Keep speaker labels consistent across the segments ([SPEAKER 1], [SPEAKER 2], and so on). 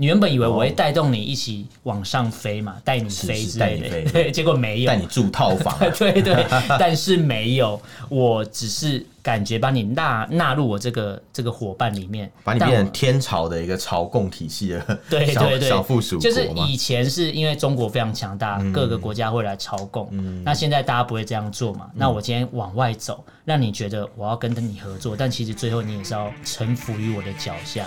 [SPEAKER 1] 你原本以为我会带动你一起往上飞嘛，带你
[SPEAKER 2] 是
[SPEAKER 1] 飞
[SPEAKER 2] 哦是
[SPEAKER 1] 之
[SPEAKER 2] 带
[SPEAKER 1] 类
[SPEAKER 2] 你
[SPEAKER 1] 的，
[SPEAKER 2] 飞
[SPEAKER 1] 对，结果没有
[SPEAKER 2] 带。你住套房啊，
[SPEAKER 1] 对对，但是没有，我只是感觉把你纳纳入我这个这个伙伴里面，
[SPEAKER 2] 把你
[SPEAKER 1] 但
[SPEAKER 2] 变
[SPEAKER 1] 我
[SPEAKER 2] 成天朝的一个朝贡体系的
[SPEAKER 1] 对
[SPEAKER 2] 小
[SPEAKER 1] 对对，
[SPEAKER 2] 小附属
[SPEAKER 1] 就是
[SPEAKER 2] 国嘛。嗯
[SPEAKER 1] 以前是因为中国非常强大，各个国家会来朝贡，那现在大家不会这样做嘛？
[SPEAKER 2] 嗯
[SPEAKER 1] 那我今天往外走，让你觉得我要跟你合作，但其实最后你也是要臣服于我的脚下。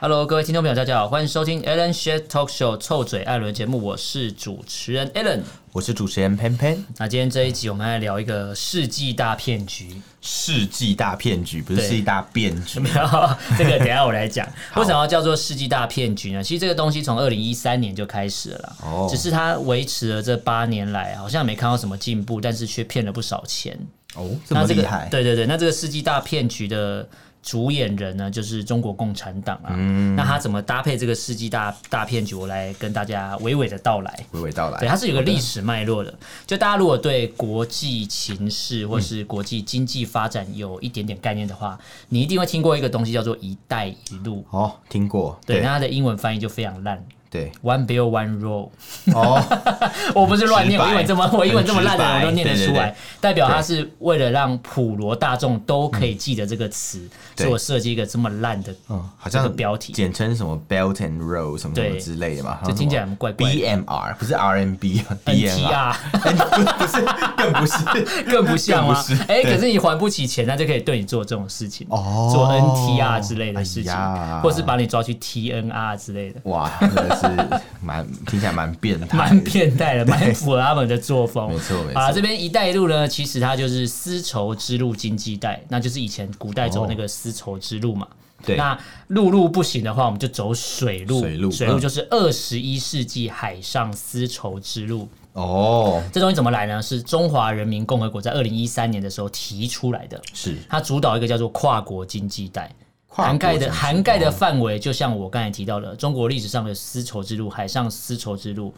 [SPEAKER 1] Hello，各位听众朋友，大家好，欢迎收听 Alan s h a t Talk Show 臭嘴艾伦节目，我是主持人 Alan。
[SPEAKER 2] 我是主持人 Pan Pan，
[SPEAKER 1] 那今天这一集，我们来聊一个世纪大骗局。
[SPEAKER 2] 世纪大骗局不是
[SPEAKER 1] 对
[SPEAKER 2] 世纪大变局，
[SPEAKER 1] 然后这个等一下我来讲，为什么要叫做世纪大骗局呢？其实这个东西从二零一三年就开始了啦，
[SPEAKER 2] 哦
[SPEAKER 1] 只是它维持了这八年来，好像没看到什么进步，但是却骗了不少钱。
[SPEAKER 2] 哦，这
[SPEAKER 1] 那
[SPEAKER 2] 么
[SPEAKER 1] 这
[SPEAKER 2] 厉
[SPEAKER 1] 个
[SPEAKER 2] 害，
[SPEAKER 1] 对对对，那这个世纪大骗局的。主演人呢，就是中国共产党啊。
[SPEAKER 2] 嗯
[SPEAKER 1] 那他怎么搭配这个世纪大大骗局？我来跟大家娓娓的道来。
[SPEAKER 2] 娓娓道来。
[SPEAKER 1] 对，它是有个历史脉络的。就大家如果对国际情势或是国际经济发展有一点点概念的话，你一定会听过一个东西叫做“一带一路
[SPEAKER 2] 哦，听过，”。
[SPEAKER 1] 对，
[SPEAKER 2] 对
[SPEAKER 1] 那它的英文翻译就非常烂
[SPEAKER 2] 对，
[SPEAKER 1] ，“One Bill One Roll”。
[SPEAKER 2] 哦，
[SPEAKER 1] 我不是乱念，
[SPEAKER 2] 直白
[SPEAKER 1] 我英文这么我英文这么烂的
[SPEAKER 2] 很直白
[SPEAKER 1] 我都念得出来，
[SPEAKER 2] 对对
[SPEAKER 1] 代表它是为了让普罗大众都可以记得这个词，所以我设计一个这么烂的，
[SPEAKER 2] 嗯，好
[SPEAKER 1] 这
[SPEAKER 2] 像
[SPEAKER 1] 个标题
[SPEAKER 2] 简称什么 Belt and Road 什么什么
[SPEAKER 1] 对
[SPEAKER 2] 之类的嘛，
[SPEAKER 1] 这听起来怪怪的
[SPEAKER 2] BMR 不是 RMB 啊 BMR，
[SPEAKER 1] NTR
[SPEAKER 2] 不是更不是
[SPEAKER 1] 更不像吗
[SPEAKER 2] 更不是？
[SPEAKER 1] 哎、
[SPEAKER 2] 对
[SPEAKER 1] 可是你还不起钱，那就可以对你做这种事情，
[SPEAKER 2] 哦
[SPEAKER 1] 做 NTR 之类的事情，
[SPEAKER 2] 哎呀
[SPEAKER 1] 或是把你抓去 TNR 之类的，
[SPEAKER 2] 哇，真的是蛮听起来蛮变态的，
[SPEAKER 1] 蛮变态的，蛮符合他们的作风。
[SPEAKER 2] 没错没错
[SPEAKER 1] 啊，这边“一带一路”呢，其实它就是丝绸之路经济带，那就是以前古代走那个丝绸之路嘛。
[SPEAKER 2] 哦对
[SPEAKER 1] 那陆路不行的话，我们就走水路。
[SPEAKER 2] 水路
[SPEAKER 1] 水路
[SPEAKER 2] 嗯
[SPEAKER 1] 就是二十一世纪海上丝绸之路。
[SPEAKER 2] 哦，
[SPEAKER 1] 这东西怎么来呢？是中华人民共和国在二零一三年的时候提出来的。
[SPEAKER 2] 是
[SPEAKER 1] 它主导一个叫做跨国经济带，
[SPEAKER 2] 跨国
[SPEAKER 1] 涵盖
[SPEAKER 2] 经
[SPEAKER 1] 的
[SPEAKER 2] 济哦
[SPEAKER 1] 涵盖的范围，就像我刚才提到的，中国历史上的丝绸之路、海上丝绸之路，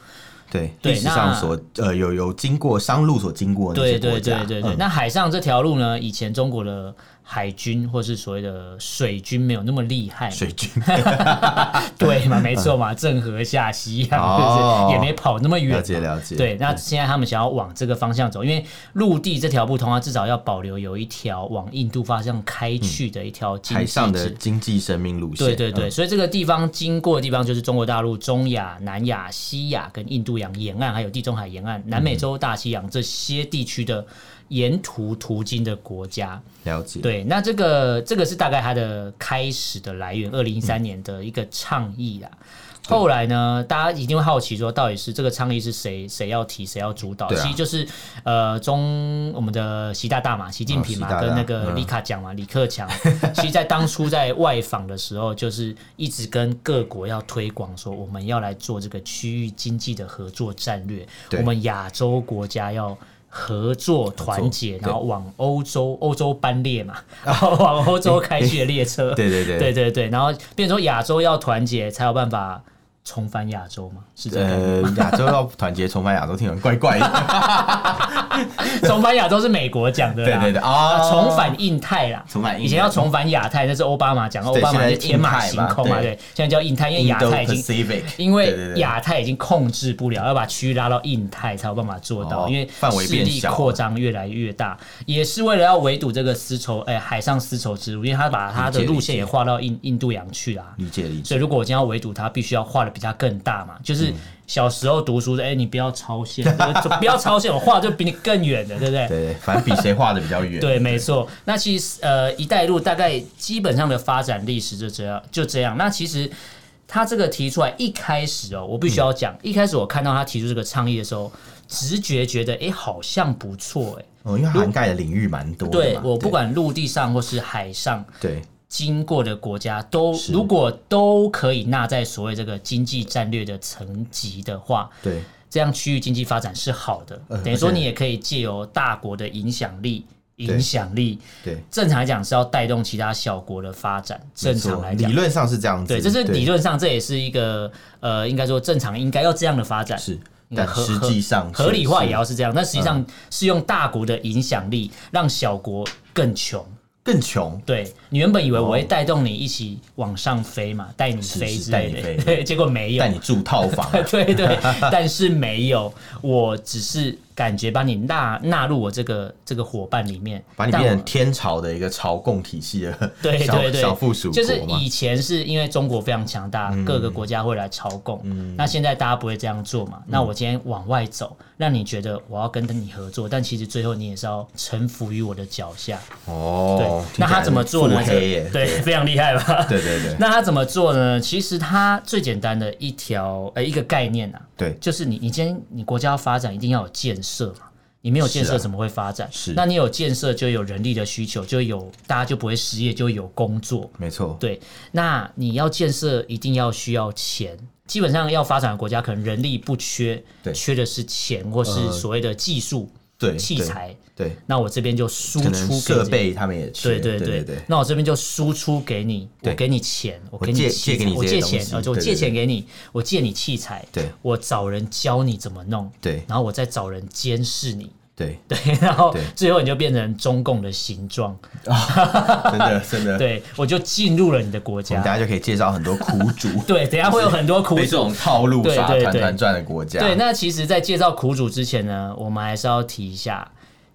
[SPEAKER 2] 对
[SPEAKER 1] 对
[SPEAKER 2] 历史上
[SPEAKER 1] 那
[SPEAKER 2] 所呃有有经过商路所经过的那
[SPEAKER 1] 对
[SPEAKER 2] 些
[SPEAKER 1] 对
[SPEAKER 2] 国
[SPEAKER 1] 对
[SPEAKER 2] 家，
[SPEAKER 1] 对对。
[SPEAKER 2] 嗯
[SPEAKER 1] 那海上这条路呢，以前中国的海军或是所谓的水军没有那么厉害，
[SPEAKER 2] 水军嗯
[SPEAKER 1] 对嘛？没错嘛，郑和下西洋，
[SPEAKER 2] 哦
[SPEAKER 1] 就是也没跑那么远嘛。
[SPEAKER 2] 了解了解
[SPEAKER 1] 对，那现在他们想要往这个方向走，因为陆地这条不通啊，至少要保留有一条往印度方向开去的一条经济
[SPEAKER 2] 海上的
[SPEAKER 1] 之
[SPEAKER 2] 经济生命路线，
[SPEAKER 1] 对对对，
[SPEAKER 2] 嗯，
[SPEAKER 1] 所以这个地方经过的地方就是中国大陆、中亚、南亚、西亚跟印度洋沿岸，还有地中海沿岸、南美洲、大西洋这些地区的沿途途经的国家。
[SPEAKER 2] 了解，
[SPEAKER 1] 对，那这个这个是大概它的开始的来源，二零一三年的一个倡议啦。后来呢，大家一定会好奇说，到底是这个倡议是谁谁要提，谁要主导？
[SPEAKER 2] 对啊
[SPEAKER 1] 其实就是呃，中我们的习大大嘛，习近平嘛，
[SPEAKER 2] 哦习大大
[SPEAKER 1] 跟那个
[SPEAKER 2] 嗯
[SPEAKER 1] 李克强嘛，李克强，其实在当初在外访的时候，就是一直跟各国要推广说，我们要来做这个区域经济的合作战略，
[SPEAKER 2] 对
[SPEAKER 1] 我们亚洲国家要。合作团结，
[SPEAKER 2] 合作
[SPEAKER 1] 然后往欧洲欧洲班列嘛，然后往欧洲开去的列车。
[SPEAKER 2] 对对对
[SPEAKER 1] 对对对，然后变成说亚洲要团结才有办法重返亚洲嘛，是这样。
[SPEAKER 2] 呃，亚洲要团结重返亚洲，听起来怪 怪的，
[SPEAKER 1] 重返亚洲是美国讲的
[SPEAKER 2] 对
[SPEAKER 1] 啦，
[SPEAKER 2] 对对
[SPEAKER 1] 啊，
[SPEAKER 2] 啊，
[SPEAKER 1] 重返印太啦。
[SPEAKER 2] 重返印
[SPEAKER 1] 以前要重返亚太，那是奥巴马讲，奥
[SPEAKER 2] 对
[SPEAKER 1] 巴马
[SPEAKER 2] 现在
[SPEAKER 1] 是天马
[SPEAKER 2] 印太
[SPEAKER 1] 行
[SPEAKER 2] 嘛
[SPEAKER 1] 空嘛，
[SPEAKER 2] 对
[SPEAKER 1] 对，现在叫印太，因为亚太已经
[SPEAKER 2] Pacific，
[SPEAKER 1] 因
[SPEAKER 2] 对对
[SPEAKER 1] 为
[SPEAKER 2] 对
[SPEAKER 1] 亚太已经控制不了，要把区域拉到印太才有办法做到，
[SPEAKER 2] 哦
[SPEAKER 1] 因为
[SPEAKER 2] 范围
[SPEAKER 1] 势
[SPEAKER 2] 变
[SPEAKER 1] 力
[SPEAKER 2] 小了
[SPEAKER 1] 扩张越来越大，也是为了要围堵这个丝绸，哎、海上丝绸之路，因为他把他的
[SPEAKER 2] 理解
[SPEAKER 1] 路线也划到印印度洋去啦。
[SPEAKER 2] 理解理嗯解，
[SPEAKER 1] 所以，如果我今天要围堵他，必须要画的比他更大嘛。就是小时候读书，哎、你不要超线，就不要超线，我画就比你更远的，对不对？
[SPEAKER 2] 对，对反正比谁画的比较远，
[SPEAKER 1] 对，没错。那其实呃，一带一路大概基本上的发展历史就这样，就这样。那其实他这个提出来一开始哦，我必
[SPEAKER 2] 嗯
[SPEAKER 1] 须要讲，一开始我看到他提出这个倡议的时候，直觉觉得哎、诶好像不错哎、诶
[SPEAKER 2] 哦，因为涵盖的领域蛮多的
[SPEAKER 1] 对
[SPEAKER 2] 嘛，
[SPEAKER 1] 我不管陆地上或是海上，
[SPEAKER 2] 对，
[SPEAKER 1] 经过的国家都
[SPEAKER 2] 是
[SPEAKER 1] 如果都可以纳在所谓这个经济战略的层级的话，
[SPEAKER 2] 对，
[SPEAKER 1] 这样区域经济发展是好的。
[SPEAKER 2] 呃
[SPEAKER 1] 等于说
[SPEAKER 2] 而且
[SPEAKER 1] 你也可以借由大国的影响力。影响力，
[SPEAKER 2] 对，
[SPEAKER 1] 正常来讲是要带动其他小国的发展。正常来
[SPEAKER 2] 没错
[SPEAKER 1] 讲
[SPEAKER 2] 理，论上是这样子，
[SPEAKER 1] 对，这是理论上，这也是一个呃，应该说正常应该要这样的发展。
[SPEAKER 2] 是，
[SPEAKER 1] 你看
[SPEAKER 2] 但
[SPEAKER 1] 合
[SPEAKER 2] 实际上嗯
[SPEAKER 1] 合理化也
[SPEAKER 2] 要
[SPEAKER 1] 要是这样，但实际上是用大国的影响力让小国更穷。
[SPEAKER 2] 更穷，
[SPEAKER 1] 对你原本以为我会带动你一起往上飞嘛，带你飞
[SPEAKER 2] 是
[SPEAKER 1] 之
[SPEAKER 2] 带你
[SPEAKER 1] 类
[SPEAKER 2] 飞
[SPEAKER 1] 的，对， 结果没有
[SPEAKER 2] 带。你住套 房啊，
[SPEAKER 1] 对 对，但是没有，我只是感觉把你纳纳入我这个这个伙伴里面，
[SPEAKER 2] 把你
[SPEAKER 1] 但
[SPEAKER 2] 变
[SPEAKER 1] 我
[SPEAKER 2] 成天朝的一个朝贡体系的
[SPEAKER 1] 对
[SPEAKER 2] 小
[SPEAKER 1] 对对，
[SPEAKER 2] 小附属
[SPEAKER 1] 就是
[SPEAKER 2] 国嘛嗯
[SPEAKER 1] 以前是因为中国非常强大，各个国家会来朝贡，那现在大家不会这样做嘛？
[SPEAKER 2] 嗯
[SPEAKER 1] 那我今天往外走，让你觉得我要跟你合作，但其实最后你也是要臣服于我的脚下。对
[SPEAKER 2] 哦，，
[SPEAKER 1] 那他怎么做呢
[SPEAKER 2] 听？起来很腹黑耶
[SPEAKER 1] 对，非常厉害吧？
[SPEAKER 2] 对对对
[SPEAKER 1] 那他怎么做呢？其实他最简单的一条呃一个概念啊，
[SPEAKER 2] 对，
[SPEAKER 1] 就是你你今天你国家要发展，一定要有建设嘛。你没有建
[SPEAKER 2] 是啊
[SPEAKER 1] 设怎么会发展？
[SPEAKER 2] 是
[SPEAKER 1] 那你有建设就有人力的需求，就有大家就不会失业，就有工作。
[SPEAKER 2] 没错，
[SPEAKER 1] 对，那你要建设一定要需要钱，基本上要发展的国家可能人力不缺
[SPEAKER 2] 对，呃
[SPEAKER 1] 缺的是钱或是所谓的技术、
[SPEAKER 2] 对
[SPEAKER 1] 器，材。
[SPEAKER 2] 对对，
[SPEAKER 1] 那我这边就输
[SPEAKER 2] 可
[SPEAKER 1] 出
[SPEAKER 2] 能
[SPEAKER 1] 给
[SPEAKER 2] 设
[SPEAKER 1] 你，
[SPEAKER 2] 备他们也
[SPEAKER 1] 对
[SPEAKER 2] 缺
[SPEAKER 1] 对
[SPEAKER 2] 对
[SPEAKER 1] 对
[SPEAKER 2] 对，
[SPEAKER 1] 那我这边就输出给你，我
[SPEAKER 2] 对
[SPEAKER 1] 给你钱，我给你
[SPEAKER 2] 借借
[SPEAKER 1] 器材
[SPEAKER 2] 给你，
[SPEAKER 1] 我
[SPEAKER 2] 这些
[SPEAKER 1] 借
[SPEAKER 2] 东
[SPEAKER 1] 钱，
[SPEAKER 2] 西
[SPEAKER 1] 呃，就我
[SPEAKER 2] 对对
[SPEAKER 1] 借
[SPEAKER 2] 对
[SPEAKER 1] 钱给你，我借你器材，
[SPEAKER 2] 对
[SPEAKER 1] 我找人教你怎么弄，
[SPEAKER 2] 对
[SPEAKER 1] 然后我再找人监视你。
[SPEAKER 2] 对，
[SPEAKER 1] 对，然后
[SPEAKER 2] 对
[SPEAKER 1] 最后你就变成中共的形状，
[SPEAKER 2] 真的真的，
[SPEAKER 1] 对啊我就进入了你的国
[SPEAKER 2] 呃我
[SPEAKER 1] 家
[SPEAKER 2] 们大。家就可以介绍很多苦主
[SPEAKER 1] 对，等一下会有很多苦
[SPEAKER 2] 被
[SPEAKER 1] 主
[SPEAKER 2] 这种套路
[SPEAKER 1] 对
[SPEAKER 2] 啥
[SPEAKER 1] 对
[SPEAKER 2] 团
[SPEAKER 1] 对
[SPEAKER 2] 团转的国家，
[SPEAKER 1] 对，那其实，在介绍苦主之前呢，我们还是要提一下，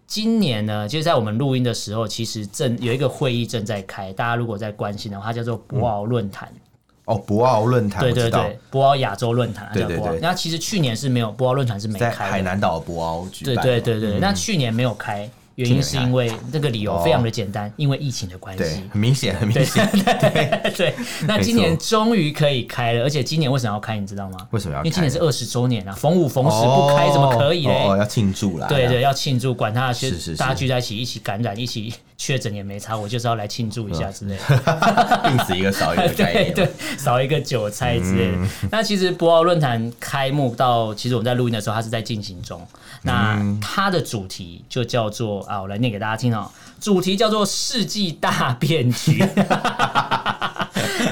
[SPEAKER 1] 今年呢，就是在我们录音的时候，其实正有一个会议正在开，大家如果在关心的话，它叫做博鳌论坛。
[SPEAKER 2] 哦，博鳌论坛
[SPEAKER 1] 对
[SPEAKER 2] 我知
[SPEAKER 1] 对
[SPEAKER 2] 道
[SPEAKER 1] 对，博鳌亚洲论坛，它
[SPEAKER 2] 对
[SPEAKER 1] 叫
[SPEAKER 2] 对
[SPEAKER 1] 博鳌
[SPEAKER 2] 对。
[SPEAKER 1] 那其实去年是没有博鳌论坛是没
[SPEAKER 2] 在
[SPEAKER 1] 开的
[SPEAKER 2] 海南岛博鳌举
[SPEAKER 1] 对
[SPEAKER 2] 办，
[SPEAKER 1] 对对
[SPEAKER 2] 嗯
[SPEAKER 1] 对，那去年没有开，原因是因为那个理由非常的简单，因为疫情的关
[SPEAKER 2] 哦 对
[SPEAKER 1] 系。
[SPEAKER 2] 很明显很明显，
[SPEAKER 1] 对，那今
[SPEAKER 2] 没
[SPEAKER 1] 年
[SPEAKER 2] 错
[SPEAKER 1] 终于可以开了，而且今年为什么要开？你知道吗？
[SPEAKER 2] 为什么要
[SPEAKER 1] 因为今
[SPEAKER 2] 开
[SPEAKER 1] 年是二十周年啊，逢五逢十不开怎么可以嘞？
[SPEAKER 2] 哦，哦要庆祝啦，
[SPEAKER 1] 对对，要庆祝，管他
[SPEAKER 2] 是是是
[SPEAKER 1] 大家聚在一起，一起感染，一起确诊也没差，我就是要来庆祝一
[SPEAKER 2] 嗯
[SPEAKER 1] 下之类的。
[SPEAKER 2] 病死一个少一个概
[SPEAKER 1] 对
[SPEAKER 2] 念嘛
[SPEAKER 1] 对，少一个韭菜之类的。
[SPEAKER 2] 嗯
[SPEAKER 1] 那其实博鳌论坛开幕到，其实我们在录音的时候，它是在进行中。
[SPEAKER 2] 嗯
[SPEAKER 1] 那它的主题就叫做啊，我来念给大家听哦，主题叫做“世纪大变局”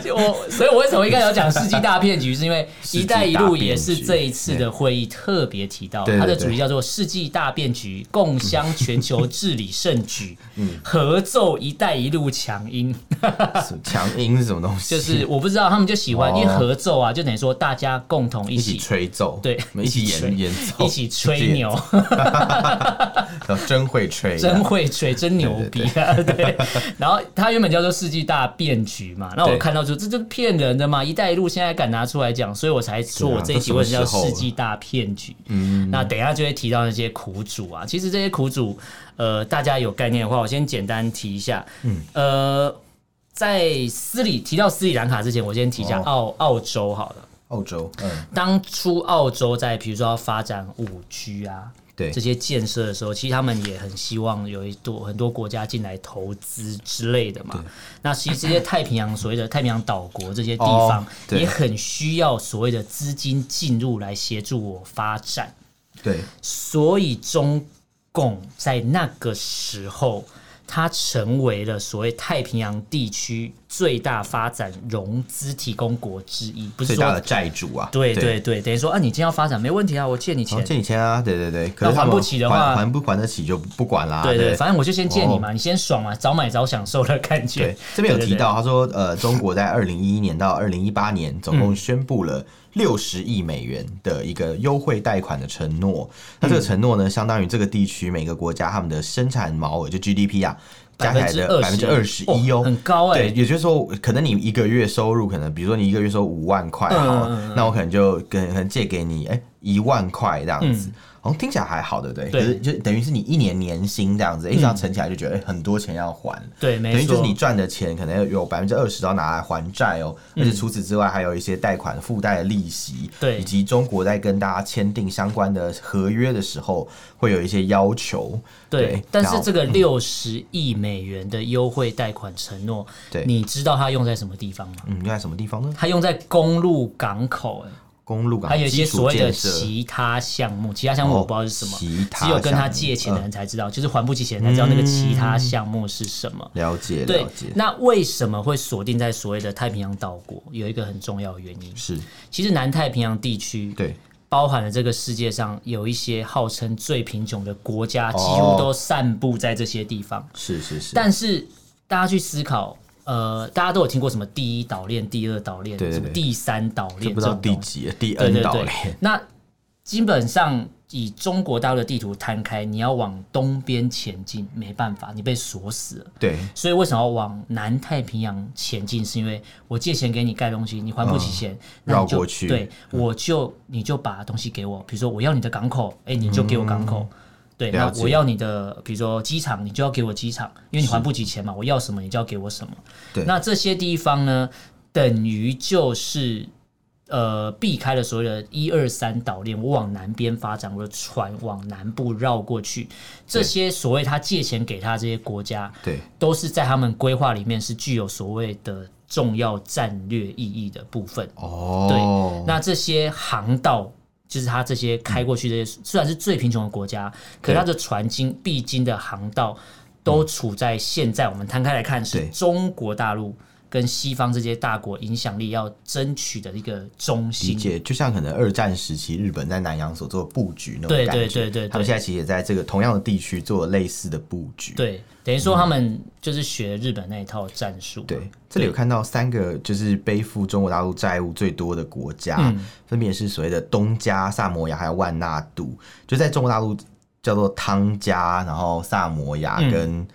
[SPEAKER 1] 就我，所以我为什么一开始要讲世纪大骗局，是 因为“一带一路”也是这一次的会议特别提到，
[SPEAKER 2] 对对对
[SPEAKER 1] 它的主题叫做“世纪大变局，共襄全球治理盛举，
[SPEAKER 2] 嗯
[SPEAKER 1] 合奏‘一带一路’强音”。
[SPEAKER 2] 什么强音是什么东西？
[SPEAKER 1] 就是我不知道，他们就喜欢，
[SPEAKER 2] 哦
[SPEAKER 1] 因为合奏啊，就等于说大家共同一
[SPEAKER 2] 一起
[SPEAKER 1] 起
[SPEAKER 2] 吹奏，
[SPEAKER 1] 对
[SPEAKER 2] 我们一起
[SPEAKER 1] 一起吹
[SPEAKER 2] 演演奏，
[SPEAKER 1] 一起吹牛，
[SPEAKER 2] 一起演奏，真会吹，
[SPEAKER 1] 真会吹，真牛逼啊！ 对，然后他原本叫做世纪大变局嘛，那我
[SPEAKER 2] 对
[SPEAKER 1] 看到就这就是骗人的嘛，一带一路现在敢拿出来讲，所以我才说
[SPEAKER 2] 对啊
[SPEAKER 1] 我这一集为什么
[SPEAKER 2] 都
[SPEAKER 1] 叫
[SPEAKER 2] 什么时候
[SPEAKER 1] 世纪大骗局。嗯，那等一下就会提到那些苦主啊，其实这些苦主，呃，大家有概念的话，我先简单提一下。嗯，呃。在斯里提到斯里兰卡之前，我先提一下澳、澳洲好了。
[SPEAKER 2] 澳洲，嗯，
[SPEAKER 1] 当初澳洲在比如说要发展五 G 啊
[SPEAKER 2] 对
[SPEAKER 1] 这，些建设的时候，其实他们也很希望有一多很多国家进来投资之类的嘛。那其实这些太平洋所谓的太平洋岛国这些地方
[SPEAKER 2] 哦，对
[SPEAKER 1] 也很需要所谓的资金进入来协助我发展，
[SPEAKER 2] 对，
[SPEAKER 1] 所以中共在那个时候。它成为了所谓太平洋地区最大发展融资提供国之一，不是
[SPEAKER 2] 最
[SPEAKER 1] 说
[SPEAKER 2] 大的债主啊，
[SPEAKER 1] 对对对，等于说啊，你今天要发展没问题啊，我借你
[SPEAKER 2] 哦
[SPEAKER 1] 钱，
[SPEAKER 2] 借你钱啊，对对对，可
[SPEAKER 1] 那
[SPEAKER 2] 是
[SPEAKER 1] 还
[SPEAKER 2] 他们
[SPEAKER 1] 不起的话
[SPEAKER 2] 还还不还得起就不管啦，
[SPEAKER 1] 对对，
[SPEAKER 2] 对。哦
[SPEAKER 1] 反正我就先借你嘛，你先爽嘛，早买早享受的感觉
[SPEAKER 2] 对。，这边有
[SPEAKER 1] 对
[SPEAKER 2] 提，到，他说，呃，中国在二零一一年到二零一八年，总
[SPEAKER 1] 嗯
[SPEAKER 2] 共宣布了六十亿美元的一个优惠贷款的承诺。那
[SPEAKER 1] 嗯
[SPEAKER 2] 这个承诺呢，相当于这个地区每个国家他们的生产毛额就 GDP 啊，加起来的百分之二十一哦，
[SPEAKER 1] 很高哎
[SPEAKER 2] 对，。也就是说，可能你一个月收入，可能比如说你一个月收五万块好了，
[SPEAKER 1] 嗯嗯嗯
[SPEAKER 2] 那我可能就可能可能借给你哎一、万块这样子。好像听起来还好，对不对？
[SPEAKER 1] 嗯对嗯
[SPEAKER 2] 可是就等于是你一年年薪这样子，哎、这样乘起来就觉得、哎很多钱要还。
[SPEAKER 1] 对，
[SPEAKER 2] 等于
[SPEAKER 1] 没
[SPEAKER 2] 就
[SPEAKER 1] 错
[SPEAKER 2] 是，你赚的钱可能有百分之二十都要拿来还债哦，而且除此之外还有一些贷款附带的利息，
[SPEAKER 1] 嗯对
[SPEAKER 2] 以及中国在跟大家签订相关的合约的时候会有一些要求，
[SPEAKER 1] 对。但
[SPEAKER 2] 然
[SPEAKER 1] 是
[SPEAKER 2] 后
[SPEAKER 1] 这个六十亿美元的优惠贷款承诺，
[SPEAKER 2] 对
[SPEAKER 1] 你知道它用在什么地方吗？
[SPEAKER 2] 嗯，用在什么地方呢？
[SPEAKER 1] 它用在公路、港口、
[SPEAKER 2] 哦
[SPEAKER 1] 哎
[SPEAKER 2] 公路港
[SPEAKER 1] 还
[SPEAKER 2] 啊
[SPEAKER 1] 有一些
[SPEAKER 2] 基础
[SPEAKER 1] 所谓的
[SPEAKER 2] 建设
[SPEAKER 1] 其他项目，其他项目我不知道是什么，
[SPEAKER 2] 哦其他
[SPEAKER 1] 只有跟他
[SPEAKER 2] 项目嗯
[SPEAKER 1] 借钱的人才知道，就是还不起钱的人才知道那个其他项目是什么。
[SPEAKER 2] 了解
[SPEAKER 1] 对
[SPEAKER 2] 了解，
[SPEAKER 1] 那为什么会锁定在所谓的太平洋岛国？有一个很重要的原因，
[SPEAKER 2] 是
[SPEAKER 1] 其实南太平洋地区
[SPEAKER 2] 对
[SPEAKER 1] 包含了这个世界上有一些号称最贫穷的国家，几乎都散布在这些地方。
[SPEAKER 2] 是是是，
[SPEAKER 1] 但是大家去思考，呃，大家都有听过什么第一岛链、第二岛链、
[SPEAKER 2] 对对
[SPEAKER 1] 什么
[SPEAKER 2] 对
[SPEAKER 1] 第三岛
[SPEAKER 2] 这
[SPEAKER 1] 链
[SPEAKER 2] 不
[SPEAKER 1] 这
[SPEAKER 2] 知道
[SPEAKER 1] 种
[SPEAKER 2] 第
[SPEAKER 1] 东西。
[SPEAKER 2] 几第
[SPEAKER 1] 对
[SPEAKER 2] N
[SPEAKER 1] 对
[SPEAKER 2] 岛
[SPEAKER 1] 对
[SPEAKER 2] 嘞，，
[SPEAKER 1] 那基本上以中国大陆的地图摊开，你要往东边前进，没办法，你被锁死了。
[SPEAKER 2] 对，
[SPEAKER 1] 所以为什么要往南太平洋前进？是因为我借钱给你盖东西，你还不起钱，那你
[SPEAKER 2] 嗯绕
[SPEAKER 1] 就
[SPEAKER 2] 过去嗯
[SPEAKER 1] 对，我就你就把东西给我，比如说我要你的港口，哎、你就给我港口。对，那
[SPEAKER 2] 嗯了解
[SPEAKER 1] 我要你的，比如说机场，你就要给我机场，因为你还不起钱嘛，我要什么你就要给我什么。
[SPEAKER 2] 对
[SPEAKER 1] 那这些地方呢，等于就是呃避开了所谓的一二三岛链，我往南边发展，我的船往南部绕过去，这些所谓他借钱给他这些国家，
[SPEAKER 2] 对，
[SPEAKER 1] 都是在他们规划里面是具有所谓的重要战略意义的部分。
[SPEAKER 2] 哦，
[SPEAKER 1] 那这些航道。就是它这些开过去这些，虽然是最贫穷的国家，可
[SPEAKER 2] 对
[SPEAKER 1] 是它的船经必经的航道都处在现在我们摊开来看，是
[SPEAKER 2] 对
[SPEAKER 1] 中国大陆跟西方这些大国影响力要争取的一个中
[SPEAKER 2] 理
[SPEAKER 1] 心。
[SPEAKER 2] 解，就像可能二战时期日本在南洋所做的布局那种
[SPEAKER 1] 对
[SPEAKER 2] 感觉，
[SPEAKER 1] 对对对
[SPEAKER 2] 他们现在其实也在这个同样的地区做了类似的布局。
[SPEAKER 1] 对，等于说他们就是学日本那一套战术。
[SPEAKER 2] 嗯对，这里有看到三个就是背负中国大陆债务最多的国家，
[SPEAKER 1] 嗯
[SPEAKER 2] 分别是所谓的东加、萨摩亚还有万纳度，就在中国大陆叫做汤加，然后萨摩亚
[SPEAKER 1] 嗯
[SPEAKER 2] 跟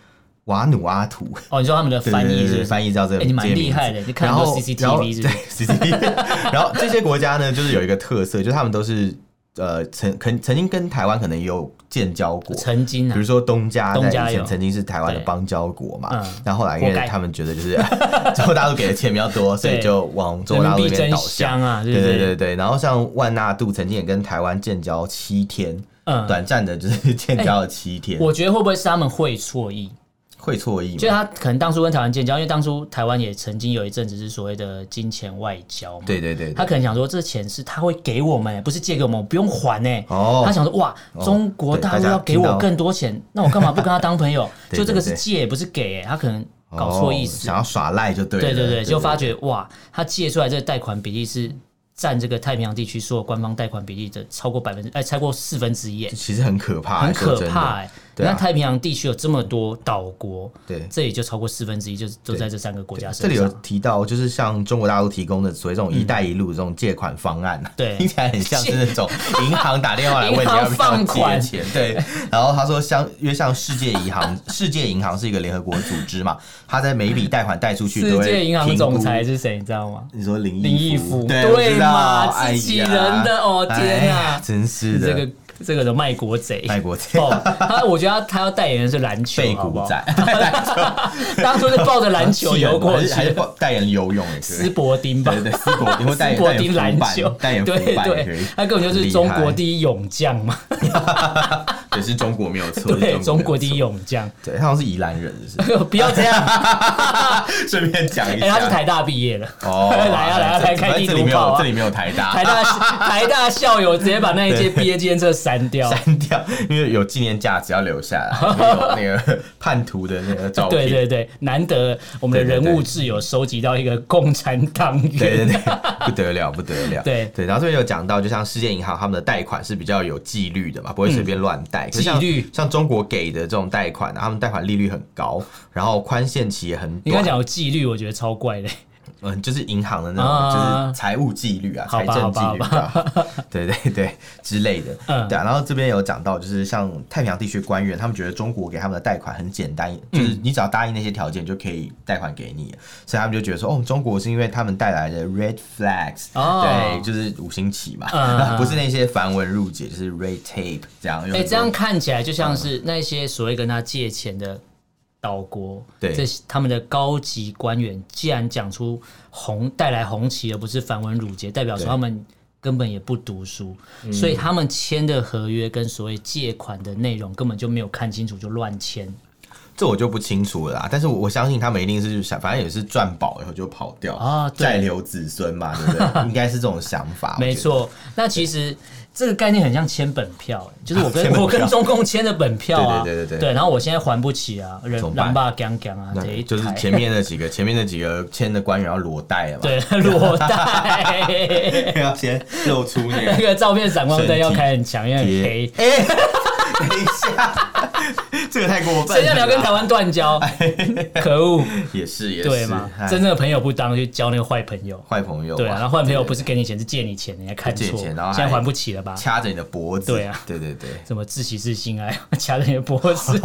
[SPEAKER 2] 瓦努阿图。
[SPEAKER 1] 哦，你说他们的
[SPEAKER 2] 对
[SPEAKER 1] 翻
[SPEAKER 2] 对
[SPEAKER 1] 译
[SPEAKER 2] 对
[SPEAKER 1] 是
[SPEAKER 2] 对
[SPEAKER 1] 不是？
[SPEAKER 2] 翻译叫这
[SPEAKER 1] 哎
[SPEAKER 2] 个，
[SPEAKER 1] 你蛮
[SPEAKER 2] 这个
[SPEAKER 1] 厉害
[SPEAKER 2] 名字
[SPEAKER 1] 的你看很
[SPEAKER 2] 然
[SPEAKER 1] 多
[SPEAKER 2] 后
[SPEAKER 1] CCTV 是不
[SPEAKER 2] 然后对 CCTV，然后这些国家呢，就是有一个特色，就是他们都是呃曾曾曾经跟台湾可能也有建交过，
[SPEAKER 1] 曾经啊
[SPEAKER 2] 比如，说东加在
[SPEAKER 1] 东
[SPEAKER 2] 以
[SPEAKER 1] 加
[SPEAKER 2] 前
[SPEAKER 1] 有
[SPEAKER 2] 曾经是台湾的邦交国嘛
[SPEAKER 1] 对嗯，
[SPEAKER 2] 然后后来因
[SPEAKER 1] 活
[SPEAKER 2] 为
[SPEAKER 1] 该
[SPEAKER 2] 他们觉得就是 中国大陆给的钱比较多，所以
[SPEAKER 1] 对
[SPEAKER 2] 就往中
[SPEAKER 1] 人
[SPEAKER 2] 国
[SPEAKER 1] 民
[SPEAKER 2] 大陆
[SPEAKER 1] 币
[SPEAKER 2] 那
[SPEAKER 1] 真
[SPEAKER 2] 边倒向。
[SPEAKER 1] 香啊，对
[SPEAKER 2] 对
[SPEAKER 1] 不
[SPEAKER 2] 对对对，然后像万纳度曾经也跟台湾建交七天，
[SPEAKER 1] 嗯
[SPEAKER 2] 短暂的就是 建交了七天，
[SPEAKER 1] 我觉得会不会是他们会错意？
[SPEAKER 2] 会错意
[SPEAKER 1] 就
[SPEAKER 2] 吗？
[SPEAKER 1] 是他可能当初跟台湾建交，因为当初台湾也曾经有一阵子是所谓的金钱外交嘛。
[SPEAKER 2] 对对对，对
[SPEAKER 1] 他可能想说，这钱是他会给我们，不是借给我们，我不用还呢。
[SPEAKER 2] 哦
[SPEAKER 1] 他想说，哇，中国大陆要给我更多钱，那我干嘛不跟他当朋友？
[SPEAKER 2] 对对
[SPEAKER 1] 就这个是借，不是给。他可能搞错意
[SPEAKER 2] 哦
[SPEAKER 1] 思。
[SPEAKER 2] 想要耍赖就对了。
[SPEAKER 1] 对对对，就发觉哇，他借出来这个贷款比例是占这个太平洋地区所有官方贷款比例的超过百分之，哎，超过四分之一耶。
[SPEAKER 2] 其实很可怕，
[SPEAKER 1] 很可
[SPEAKER 2] 说真的
[SPEAKER 1] 怕哎、
[SPEAKER 2] 对啊
[SPEAKER 1] 那太平洋地区有这么多岛国，
[SPEAKER 2] 对
[SPEAKER 1] 这也就超过四分之一，就是都在这三个国家
[SPEAKER 2] 这
[SPEAKER 1] 身
[SPEAKER 2] 里有
[SPEAKER 1] 上。
[SPEAKER 2] 提到，就是像中国大陆提供的所谓这种“一带一路”这种借款方案、啊，
[SPEAKER 1] 对
[SPEAKER 2] 听起来很像是那种银行打电话来问你要
[SPEAKER 1] 银行
[SPEAKER 2] 不
[SPEAKER 1] 放
[SPEAKER 2] 要借
[SPEAKER 1] 款
[SPEAKER 2] 钱，对。然后他说像，因为像世界银行， 世界银行是一个联合国组织嘛，他在每一笔贷款贷出去
[SPEAKER 1] 世
[SPEAKER 2] 都会
[SPEAKER 1] 界银行
[SPEAKER 2] 评估
[SPEAKER 1] 总裁。是谁，你知道吗？
[SPEAKER 2] 你说林
[SPEAKER 1] 林
[SPEAKER 2] 毅
[SPEAKER 1] 毅
[SPEAKER 2] 夫，
[SPEAKER 1] 夫
[SPEAKER 2] 对我知
[SPEAKER 1] 对
[SPEAKER 2] 道
[SPEAKER 1] 嘛
[SPEAKER 2] 哎呀
[SPEAKER 1] 自己人的哦天哪
[SPEAKER 2] 哎呀真是的，
[SPEAKER 1] 这个这个的卖国贼。
[SPEAKER 2] 爱国贼，
[SPEAKER 1] 哦，他我觉得他他要代言的是篮球，
[SPEAKER 2] 背
[SPEAKER 1] 好不
[SPEAKER 2] 骨
[SPEAKER 1] 好？
[SPEAKER 2] 仔，
[SPEAKER 1] 当初是抱着篮 球游过
[SPEAKER 2] 还是还是
[SPEAKER 1] 去，
[SPEAKER 2] 代言游泳也可
[SPEAKER 1] 斯
[SPEAKER 2] 以，
[SPEAKER 1] 伯丁吧
[SPEAKER 2] 对，对，斯伯丁或代
[SPEAKER 1] 斯
[SPEAKER 2] 言
[SPEAKER 1] 伯
[SPEAKER 2] 代言
[SPEAKER 1] 丁
[SPEAKER 2] 浮
[SPEAKER 1] 篮
[SPEAKER 2] 板
[SPEAKER 1] 球，
[SPEAKER 2] 代言浮
[SPEAKER 1] 对
[SPEAKER 2] 板也可
[SPEAKER 1] 对
[SPEAKER 2] 以，，
[SPEAKER 1] 他根本就是
[SPEAKER 2] 很厉
[SPEAKER 1] 中
[SPEAKER 2] 害
[SPEAKER 1] 国第一泳将嘛，
[SPEAKER 2] 也是中国没有错，
[SPEAKER 1] 对，中国第
[SPEAKER 2] 第
[SPEAKER 1] 一
[SPEAKER 2] 一，
[SPEAKER 1] 泳将，
[SPEAKER 2] 对，他好像是宜兰人，是不
[SPEAKER 1] 不要这 样，
[SPEAKER 2] 是？顺便讲一
[SPEAKER 1] 哎，他是
[SPEAKER 2] 下，
[SPEAKER 1] 台大毕业的，
[SPEAKER 2] 哦
[SPEAKER 1] 来啊来啊
[SPEAKER 2] 这
[SPEAKER 1] 来开
[SPEAKER 2] 反
[SPEAKER 1] 地
[SPEAKER 2] 正这里
[SPEAKER 1] 图
[SPEAKER 2] 没
[SPEAKER 1] 炮
[SPEAKER 2] 有，
[SPEAKER 1] 啊
[SPEAKER 2] 这里没有台大
[SPEAKER 1] 台。大 台大校友直接把那一届毕业纪念册删掉。
[SPEAKER 2] 删掉，因为有纪念价值要留下来，因为有那个叛徒的那个照片。
[SPEAKER 1] 对对对，难得我们的人物志有收集到一个共产党员。
[SPEAKER 2] 对 对对，不得了，不得了。
[SPEAKER 1] 对
[SPEAKER 2] 对，然后这边有讲到，就像世界银行他们的贷款是比较有纪律的嘛，不会随便乱贷。可是像
[SPEAKER 1] 嗯纪律
[SPEAKER 2] 像中国给的这种贷款啊、他们贷款利率很高，然后宽限期也很
[SPEAKER 1] 你刚
[SPEAKER 2] 短
[SPEAKER 1] 才。讲有纪律，我觉得超怪的。
[SPEAKER 2] 嗯，就是银行的那
[SPEAKER 1] 啊
[SPEAKER 2] 种，就是财务纪律啊，
[SPEAKER 1] 好
[SPEAKER 2] 财
[SPEAKER 1] 吧
[SPEAKER 2] 政纪律
[SPEAKER 1] 好
[SPEAKER 2] 啊， 对对对之类的，
[SPEAKER 1] 嗯
[SPEAKER 2] 对啊。然后这边有讲到，就是像太平洋地区官员，他们觉得中国给他们的贷款很简单，
[SPEAKER 1] 嗯
[SPEAKER 2] 就是你只要答应那些条件就可以贷款给你，所以他们就觉得说，哦，中国是因为他们带来的 red flags，
[SPEAKER 1] 嗯哦
[SPEAKER 2] 对，就是五星旗嘛
[SPEAKER 1] 嗯嗯，嗯
[SPEAKER 2] 不是那些繁文缛节，就是 red tape 这样。
[SPEAKER 1] 哎、这样看起来就像是那些所谓跟他借钱的岛国，
[SPEAKER 2] 对
[SPEAKER 1] 这些他们的高级官员既然讲出红带来红旗，而不是繁文缛节，代表说
[SPEAKER 2] 对嗯
[SPEAKER 1] 他们根本也不读书，所以他们签的合约跟所谓借款的内容根本就没有看清楚就乱签。
[SPEAKER 2] 这我就不清楚了啦，但是我我相信他们一定是想，反正也是赚饱以后就跑掉
[SPEAKER 1] 啊对
[SPEAKER 2] 再留子孙嘛，对不 对？应该是这种想法，
[SPEAKER 1] 没错，那其实这个概念很像签本票，就是我跟
[SPEAKER 2] 签本票
[SPEAKER 1] 我跟中共签的本票啊，
[SPEAKER 2] 对对对对对
[SPEAKER 1] 然后我现在还不起啊，人
[SPEAKER 2] 怎么办
[SPEAKER 1] 狼爸讲讲啊
[SPEAKER 2] 我，
[SPEAKER 1] 这
[SPEAKER 2] 觉得。
[SPEAKER 1] 一
[SPEAKER 2] 那就是
[SPEAKER 1] 台
[SPEAKER 2] 前面那几个，前面那几个签的官员要裸贷了嘛，
[SPEAKER 1] 对 裸贷。
[SPEAKER 2] 要先露出那
[SPEAKER 1] 那
[SPEAKER 2] 个。
[SPEAKER 1] 个照片闪光灯要开很强，因为很黑。
[SPEAKER 2] 哎、 等一下，这个太过分了啦。
[SPEAKER 1] 谁叫你要跟台湾断交？可恶，
[SPEAKER 2] 也是也是，
[SPEAKER 1] 对嘛？
[SPEAKER 2] 哎
[SPEAKER 1] 真正的朋友不当，就交那个坏朋友。
[SPEAKER 2] 坏朋友啊，
[SPEAKER 1] 对啊，然后坏朋友不是给你钱，是借你钱，你还看错，
[SPEAKER 2] 借钱然后还
[SPEAKER 1] 现在还不起了吧？
[SPEAKER 2] 掐着你的脖子，
[SPEAKER 1] 对啊
[SPEAKER 2] 对对对，
[SPEAKER 1] 什么自喜自心爱， 掐着你的脖 子，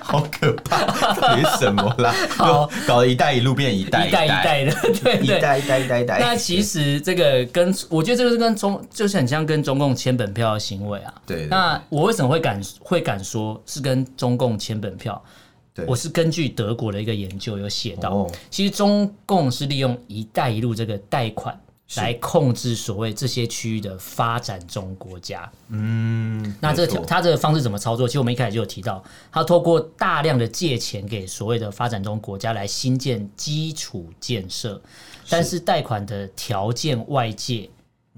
[SPEAKER 2] 好可怕，到底是什么啦？
[SPEAKER 1] 好
[SPEAKER 2] 就搞得一代一路变一代
[SPEAKER 1] 一代一代 的，对
[SPEAKER 2] 一
[SPEAKER 1] 对。
[SPEAKER 2] 代一代一代一代。
[SPEAKER 1] 那其实这个跟我觉得这个是跟中就是很像跟中共签本票的行为啊。
[SPEAKER 2] 对对
[SPEAKER 1] 那我为什么会敢会敢说是跟中共签本票？
[SPEAKER 2] 对
[SPEAKER 1] 我是根据德国的一个研究有写到，
[SPEAKER 2] 哦
[SPEAKER 1] 其实中共是利用“一带一路”这个贷款来控制所谓这些区域的发展中国家。
[SPEAKER 2] 嗯，
[SPEAKER 1] 那这
[SPEAKER 2] 没错
[SPEAKER 1] 条他这个方式怎么操作？其实我们一开始就有提到，他透过大量的借钱给所谓的发展中国家来新建基础建设，但是贷款的条件外界，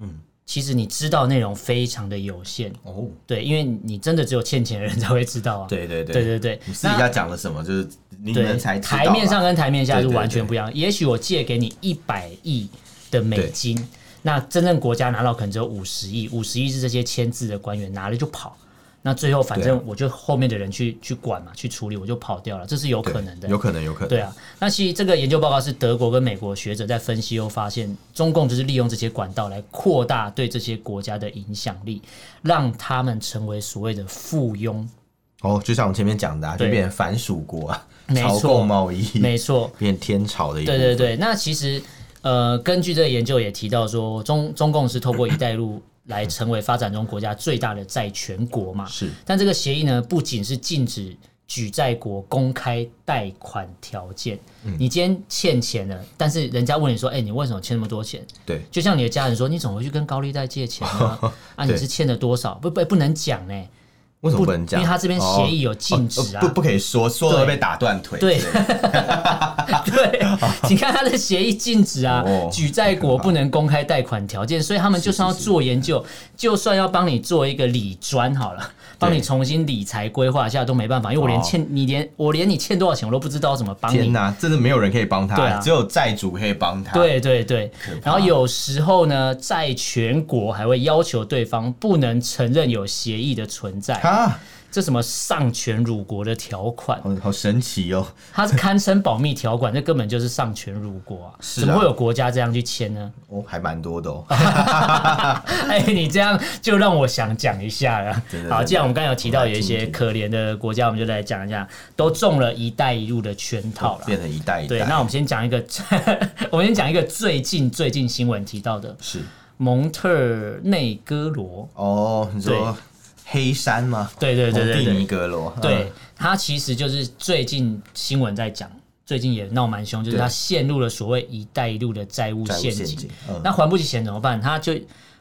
[SPEAKER 1] 嗯
[SPEAKER 2] 嗯，
[SPEAKER 1] 其实你知道内容非常的有限，
[SPEAKER 2] 哦，
[SPEAKER 1] 对，因为你真的只有欠钱的人才会知道啊。
[SPEAKER 2] 对对对
[SPEAKER 1] 对对对
[SPEAKER 2] 你私底
[SPEAKER 1] 那
[SPEAKER 2] 下讲了什么，就是你
[SPEAKER 1] 对
[SPEAKER 2] 们才知道啦
[SPEAKER 1] 台面上跟台面下是
[SPEAKER 2] 对对
[SPEAKER 1] 完全不一样。也许我借给你一百亿的美金，那真正国家拿到可能只有五十亿，五十亿是这些签字的官员拿了就跑。那最后反
[SPEAKER 2] 啊
[SPEAKER 1] 正我就后面的人去去管嘛，去处理我就跑掉了，这是有
[SPEAKER 2] 对
[SPEAKER 1] 可能的
[SPEAKER 2] 有。可能，有可能，
[SPEAKER 1] 对啊，那其实这个研究报告是德国跟美国学者在分析后发现，中共就是利用这些管道来扩大对这些国家的影响力，让他们成为所谓的附庸。
[SPEAKER 2] 哦，就像我们前面讲的、啊，就
[SPEAKER 1] 对
[SPEAKER 2] 变成反属国啊，
[SPEAKER 1] 没错
[SPEAKER 2] 朝贡贸易，
[SPEAKER 1] 没错，
[SPEAKER 2] 变天朝的一部
[SPEAKER 1] 对
[SPEAKER 2] 分
[SPEAKER 1] 对对，那其实呃，根据这个研究也提到说，中中共是透过“一带一路”来成为发展中国家最大的债权国嘛。
[SPEAKER 2] 是
[SPEAKER 1] 但这个协议呢，不仅是禁止举债国公开贷款条件，
[SPEAKER 2] 嗯
[SPEAKER 1] 你今天欠钱了，但是人家问你说：“哎、你为什么欠那么多钱？”
[SPEAKER 2] 对
[SPEAKER 1] 就像你的家人说：“你怎么会去跟高利贷借钱 呢？啊，你
[SPEAKER 2] 对
[SPEAKER 1] 是欠了多少？不不不能讲呢、
[SPEAKER 2] 为什么不能讲？
[SPEAKER 1] 因为他这边协议有禁止啊
[SPEAKER 2] 哦哦不不可以说，说了
[SPEAKER 1] 对
[SPEAKER 2] 会被打断腿。
[SPEAKER 1] 对，对，你看他的协议禁止啊
[SPEAKER 2] 哦，
[SPEAKER 1] 举债国不能公开贷款条件，所以他们就算要做研究，就算要帮你做一个理专好了，帮你重新理财规划一下都没办法，因为我连
[SPEAKER 2] 哦
[SPEAKER 1] 欠你连我连你欠多少钱我都不知道怎么帮
[SPEAKER 2] 天
[SPEAKER 1] 你。
[SPEAKER 2] 哪，真的没有人可以帮
[SPEAKER 1] 对
[SPEAKER 2] 他，
[SPEAKER 1] 啊
[SPEAKER 2] 只有债主可以帮他。，
[SPEAKER 1] 对对对，
[SPEAKER 2] 怕
[SPEAKER 1] 然后有时候呢，在全国还会要求对方不能承认有协议的存在，
[SPEAKER 2] 啊，
[SPEAKER 1] 这什么上权辱国的条款，
[SPEAKER 2] 好好神奇哦。
[SPEAKER 1] 它是堪称保密条款，这根本就是上权辱国啊！
[SPEAKER 2] 是啊
[SPEAKER 1] 怎么会有国家这样去签 呢？
[SPEAKER 2] 哦，还蛮多的哦。
[SPEAKER 1] 啊哎，你这样就让我想讲一下了
[SPEAKER 2] 真。的
[SPEAKER 1] 好，
[SPEAKER 2] 真的
[SPEAKER 1] 既然我们刚才有提到有一
[SPEAKER 2] 我来
[SPEAKER 1] 些
[SPEAKER 2] 听听
[SPEAKER 1] 可怜的国家，我们就来讲一下，都中了一带一路的圈套了。
[SPEAKER 2] 变成一代一代。
[SPEAKER 1] 对，那我们先讲一个， 我们先讲一个最近最近新闻提到的
[SPEAKER 2] 是
[SPEAKER 1] 蒙特尔内哥罗。
[SPEAKER 2] 哦，你说黑山吗？
[SPEAKER 1] 对对对对
[SPEAKER 2] 蒙蒂
[SPEAKER 1] 对
[SPEAKER 2] 尼格罗。
[SPEAKER 1] 对
[SPEAKER 2] 嗯，，
[SPEAKER 1] 它其实就是最近新闻在讲，最近也闹蛮凶，就是
[SPEAKER 2] 对
[SPEAKER 1] 它陷入了所谓“一带一路”的债务
[SPEAKER 2] 债务
[SPEAKER 1] 陷
[SPEAKER 2] 陷
[SPEAKER 1] 阱
[SPEAKER 2] 阱。嗯
[SPEAKER 1] 那还不起钱怎么办？他就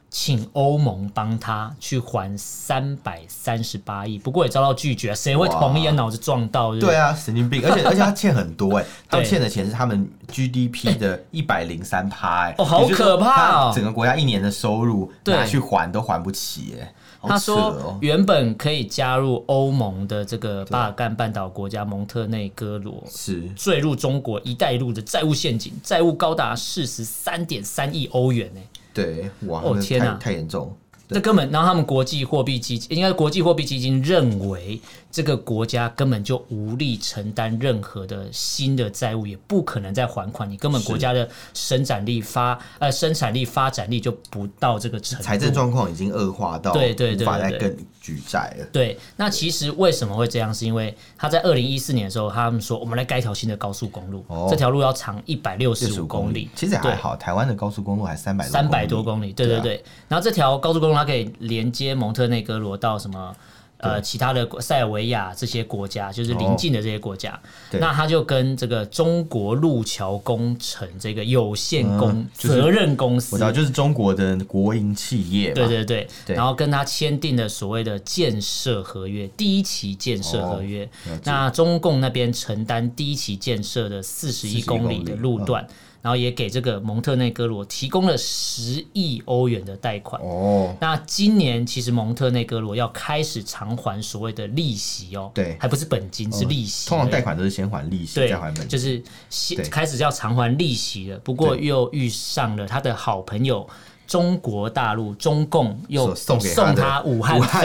[SPEAKER 1] 请欧盟帮他去还三百三十八亿，不过也遭到拒绝，谁会同意啊？
[SPEAKER 2] 哇
[SPEAKER 1] 脑子撞到，对不
[SPEAKER 2] 对
[SPEAKER 1] 对？
[SPEAKER 2] 啊，神经病！而且而且他欠很 多哎、他们
[SPEAKER 1] 对
[SPEAKER 2] 欠的钱是他们 GDP 的一百零三趴哎，
[SPEAKER 1] 哦好
[SPEAKER 2] 也就是
[SPEAKER 1] 可怕哦
[SPEAKER 2] 他整个国家一年的收入
[SPEAKER 1] 对
[SPEAKER 2] 拿去还都还不起哎、好
[SPEAKER 1] 他
[SPEAKER 2] 扯
[SPEAKER 1] 说
[SPEAKER 2] 哦，，
[SPEAKER 1] 原本可以加入欧盟的这个巴尔干半岛国家蒙特内哥罗，
[SPEAKER 2] 是
[SPEAKER 1] 坠入中国“一带一路”的债务陷阱，债务高达四十三点三亿欧元呢、
[SPEAKER 2] 对哇，
[SPEAKER 1] 哦
[SPEAKER 2] 那
[SPEAKER 1] 天
[SPEAKER 2] 太
[SPEAKER 1] 啊
[SPEAKER 2] 太严重，
[SPEAKER 1] 这根本，然后他们国际货币基金，应该是国际货币基金认为这个国家根本就无力承担任何的新的债务，也不可能再还款，你根本国家的生产力发呃生产力发展力就不到这个程度。
[SPEAKER 2] 财政状况已经恶化到
[SPEAKER 1] 对对对对
[SPEAKER 2] 无法再
[SPEAKER 1] 对
[SPEAKER 2] 更举债了。
[SPEAKER 1] 对，那其实为什么会这样？是因为他在二零一四年的时候，他们说我们来盖一条新的高速公路，
[SPEAKER 2] 哦
[SPEAKER 1] 这条路要长一百六十
[SPEAKER 2] 65
[SPEAKER 1] 五公里，
[SPEAKER 2] 其实也
[SPEAKER 1] 对
[SPEAKER 2] 还好，台湾的高速公路还三百
[SPEAKER 1] 三百多公里，对对
[SPEAKER 2] 啊
[SPEAKER 1] 对。然后这条高速公路它可以连接蒙特内哥罗到什么？呃，其他的国塞尔维亚这些国家，就是邻近的这些国家，
[SPEAKER 2] 哦对
[SPEAKER 1] 那它就跟这个中国路桥工程这个有限公、
[SPEAKER 2] 嗯就是
[SPEAKER 1] 责任公
[SPEAKER 2] 我
[SPEAKER 1] 司
[SPEAKER 2] 知，道，就是中国的国营企业嘛，
[SPEAKER 1] 对对对，
[SPEAKER 2] 对
[SPEAKER 1] 然后跟他签订的所谓的建设合约，第一期建设合约，
[SPEAKER 2] 哦了解
[SPEAKER 1] 那中共那边承担第一期建设的四十一
[SPEAKER 2] 41
[SPEAKER 1] 公里的路段，
[SPEAKER 2] 嗯
[SPEAKER 1] 然后也给这个蒙特内哥罗提供了十亿欧元的贷款。
[SPEAKER 2] 哦，
[SPEAKER 1] 那今年其实蒙特内哥罗要开始偿还所谓的利息哦，
[SPEAKER 2] 对哦
[SPEAKER 1] 还不是本金，是利息而已。
[SPEAKER 2] 通常贷款都是先还利息，
[SPEAKER 1] 对
[SPEAKER 2] 再还本，金。
[SPEAKER 1] 就是先
[SPEAKER 2] 对
[SPEAKER 1] 开始要偿还利息了，不过
[SPEAKER 2] 对
[SPEAKER 1] 又遇上了他的好朋友。中国大陆中共又
[SPEAKER 2] 所送给他
[SPEAKER 1] 送
[SPEAKER 2] 的
[SPEAKER 1] 他武汉
[SPEAKER 2] 武汉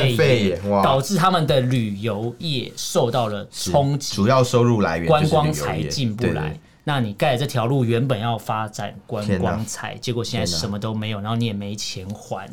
[SPEAKER 1] 炎
[SPEAKER 2] 肺炎，哇
[SPEAKER 1] 导致他们的旅游业受到了冲击，
[SPEAKER 2] 主要收入来源
[SPEAKER 1] 观
[SPEAKER 2] 就是
[SPEAKER 1] 光
[SPEAKER 2] 旅游
[SPEAKER 1] 财
[SPEAKER 2] 业
[SPEAKER 1] 进不
[SPEAKER 2] 对
[SPEAKER 1] 来
[SPEAKER 2] 对。
[SPEAKER 1] 那你盖这条路原本要发展观
[SPEAKER 2] 天哪
[SPEAKER 1] 光财，结果现在
[SPEAKER 2] 天哪
[SPEAKER 1] 什么都没有，然后你也没钱还，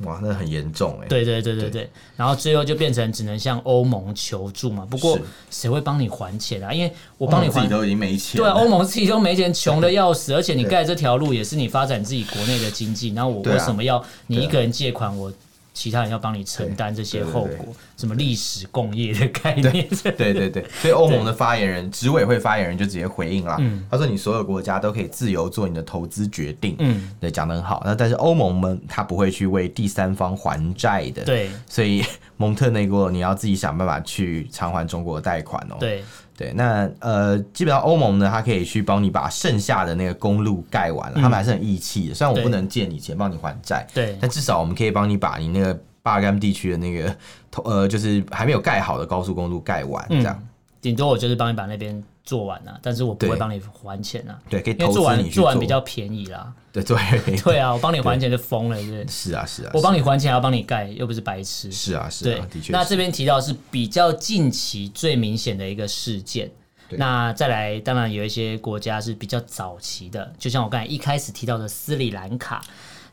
[SPEAKER 2] 哇，那很严重哎。，
[SPEAKER 1] 对对对对对，然后最后就变成只能向欧盟求助嘛。不过
[SPEAKER 2] 是
[SPEAKER 1] 谁会帮你还钱啊？因为我
[SPEAKER 2] 我
[SPEAKER 1] 帮你
[SPEAKER 2] 自
[SPEAKER 1] 还
[SPEAKER 2] 己都已经没钱
[SPEAKER 1] 对啊，
[SPEAKER 2] 了。
[SPEAKER 1] 欧盟自己都没钱，穷的要死，而且你
[SPEAKER 2] 对
[SPEAKER 1] 盖这条路也是你发展自己国内的经济，然后我
[SPEAKER 2] 对啊
[SPEAKER 1] 为什么要你一个人借款，我其他人要帮你承担这些后
[SPEAKER 2] 对对
[SPEAKER 1] 果？什么历史共业的概念？
[SPEAKER 2] 对对对，所以欧盟的发言人、执委会发言人就直接回应啦，
[SPEAKER 1] 嗯
[SPEAKER 2] 他说你所有国家都可以自由做你的投资决定，嗯，对，讲得很好。那但是欧盟们他不会去为第三方还债 的，，
[SPEAKER 1] 对
[SPEAKER 2] 所以 蒙特内哥罗你要自己想办法去偿还中国的贷款哦。
[SPEAKER 1] 对
[SPEAKER 2] 对，那呃，基本上欧盟呢，它可以去帮你把剩下的那个公路盖完了，他们还是很义气的。虽然我
[SPEAKER 1] 嗯对
[SPEAKER 2] 不能借你钱帮你还债，
[SPEAKER 1] 对
[SPEAKER 2] 但至少我们可以帮你把你那个巴尔干地区的那个呃，就是还没有盖好的高速公路盖完，
[SPEAKER 1] 嗯
[SPEAKER 2] 这样、
[SPEAKER 1] 顶多我就是帮你把那边做完了、啊但是我不会
[SPEAKER 2] 对
[SPEAKER 1] 帮你还钱啊，
[SPEAKER 2] 对，可以
[SPEAKER 1] 因
[SPEAKER 2] 投
[SPEAKER 1] 为做
[SPEAKER 2] 资
[SPEAKER 1] 完
[SPEAKER 2] 你去
[SPEAKER 1] 做完比较便宜啦。
[SPEAKER 2] 对，做完可以
[SPEAKER 1] 对啊，我帮你还钱就疯了，是不是？
[SPEAKER 2] 是啊是啊，
[SPEAKER 1] 我帮你还钱还要帮你盖，又不是白痴。
[SPEAKER 2] 是啊是
[SPEAKER 1] 对
[SPEAKER 2] 啊，的，确
[SPEAKER 1] 那
[SPEAKER 2] 是
[SPEAKER 1] 这边提到是比较近期最明显的一个事件。
[SPEAKER 2] 对
[SPEAKER 1] 那再来，当然有一些国家是比较早期的，就像我刚才一开始提到的斯里兰卡，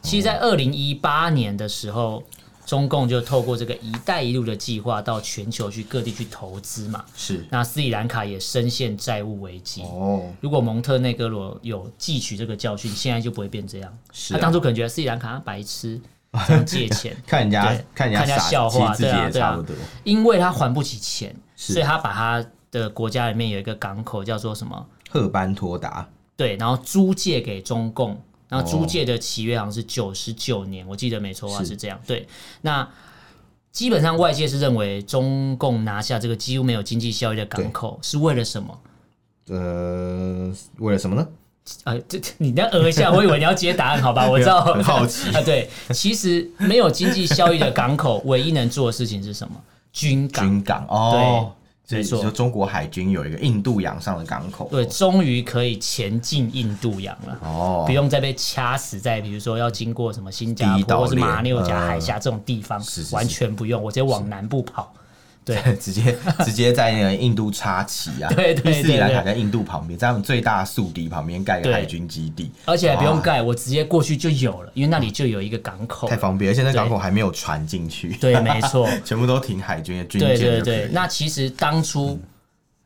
[SPEAKER 1] 其实，在二零一八年的时候，中共就透过这个“一带一路”的计划，到全球去各地去投资嘛。
[SPEAKER 2] 是
[SPEAKER 1] 那斯里兰卡也深陷债务危机。
[SPEAKER 2] 哦，
[SPEAKER 1] 如果蒙特内哥罗有汲取这个教训，现在就不会变这样。
[SPEAKER 2] 是
[SPEAKER 1] 他
[SPEAKER 2] 啊
[SPEAKER 1] 当初可能觉得斯里兰卡白痴，这样借钱，
[SPEAKER 2] 看人家
[SPEAKER 1] 对
[SPEAKER 2] 看人家
[SPEAKER 1] 看人家
[SPEAKER 2] 傻
[SPEAKER 1] 笑话
[SPEAKER 2] 其实自己
[SPEAKER 1] 对啊
[SPEAKER 2] 也
[SPEAKER 1] 对啊
[SPEAKER 2] 差不多，
[SPEAKER 1] 因为他还不起钱，
[SPEAKER 2] 是
[SPEAKER 1] 所以他把他的国家里面有一个港口叫做什么？
[SPEAKER 2] 赫班托达
[SPEAKER 1] 对，然后租借给中共，然后租借的契约好像是九十九年，我记得没错的话
[SPEAKER 2] 是
[SPEAKER 1] 是这样。对，那基本上外界是认为中共拿下这个几乎没有经济效益的港口是为了什么？
[SPEAKER 2] 呃，为了什么呢？
[SPEAKER 1] 呃，这 这你那呃一下，我以为你要接答案，好吧？我知道，
[SPEAKER 2] 很好奇
[SPEAKER 1] 啊。对，其实没有经济效益的港口，唯一能做的事情是什么？军港。
[SPEAKER 2] 军港
[SPEAKER 1] 对
[SPEAKER 2] 哦，
[SPEAKER 1] 没
[SPEAKER 2] 所以
[SPEAKER 1] 错
[SPEAKER 2] 就中国海军有一个印度洋上的港口，
[SPEAKER 1] 对，终于可以前进印度洋了。
[SPEAKER 2] 哦
[SPEAKER 1] 不，用再被掐死在，比如说要经过什么新加
[SPEAKER 2] 第一
[SPEAKER 1] 坡
[SPEAKER 2] 岛
[SPEAKER 1] 或是
[SPEAKER 2] 链
[SPEAKER 1] 马六甲海
[SPEAKER 2] 嗯
[SPEAKER 1] 峡这种地方
[SPEAKER 2] 是是，是
[SPEAKER 1] 完全不用，我直接往南部跑。
[SPEAKER 2] 直接直接在那个印度插旗啊，
[SPEAKER 1] 对对
[SPEAKER 2] 因为斯里
[SPEAKER 1] 对
[SPEAKER 2] 兰
[SPEAKER 1] 对
[SPEAKER 2] 卡在印度旁边，在他们最大的宿敌旁边盖一个
[SPEAKER 1] 对
[SPEAKER 2] 海军基地，
[SPEAKER 1] 而且还不用
[SPEAKER 2] 哇
[SPEAKER 1] 盖，我直接过去就有了，因为那里就有一个港口
[SPEAKER 2] 太。方便，而且那
[SPEAKER 1] 对
[SPEAKER 2] 港口还没有船进去，
[SPEAKER 1] 对，没 错，
[SPEAKER 2] 全部都停海军的军舰
[SPEAKER 1] 对对
[SPEAKER 2] 就可以
[SPEAKER 1] 对。那其实当初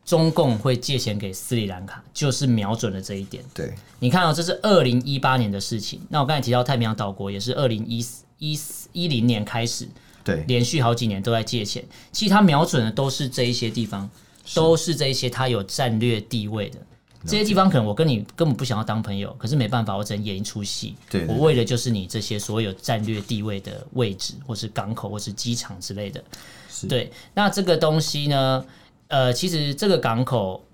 [SPEAKER 1] 中共会借钱给斯里兰卡，就是瞄准了这一点。
[SPEAKER 2] 对
[SPEAKER 1] 你看哦，这是二零一八年的事情。那我刚才提到太平洋岛国也是二零一一一零年开始，
[SPEAKER 2] 对
[SPEAKER 1] 连续好几年都在借钱。其实他瞄准的都是这一些地方，都是这一些他有战略地位的。这些地方可能我跟你根本不想要当朋友，可是没办法，我只能演一出戏。
[SPEAKER 2] 对对对
[SPEAKER 1] 我为的就是你这些所有战略地位的位置，或是港口，或是机场之类的。
[SPEAKER 2] 是
[SPEAKER 1] 对，那这个东西呢，呃，其实这个港口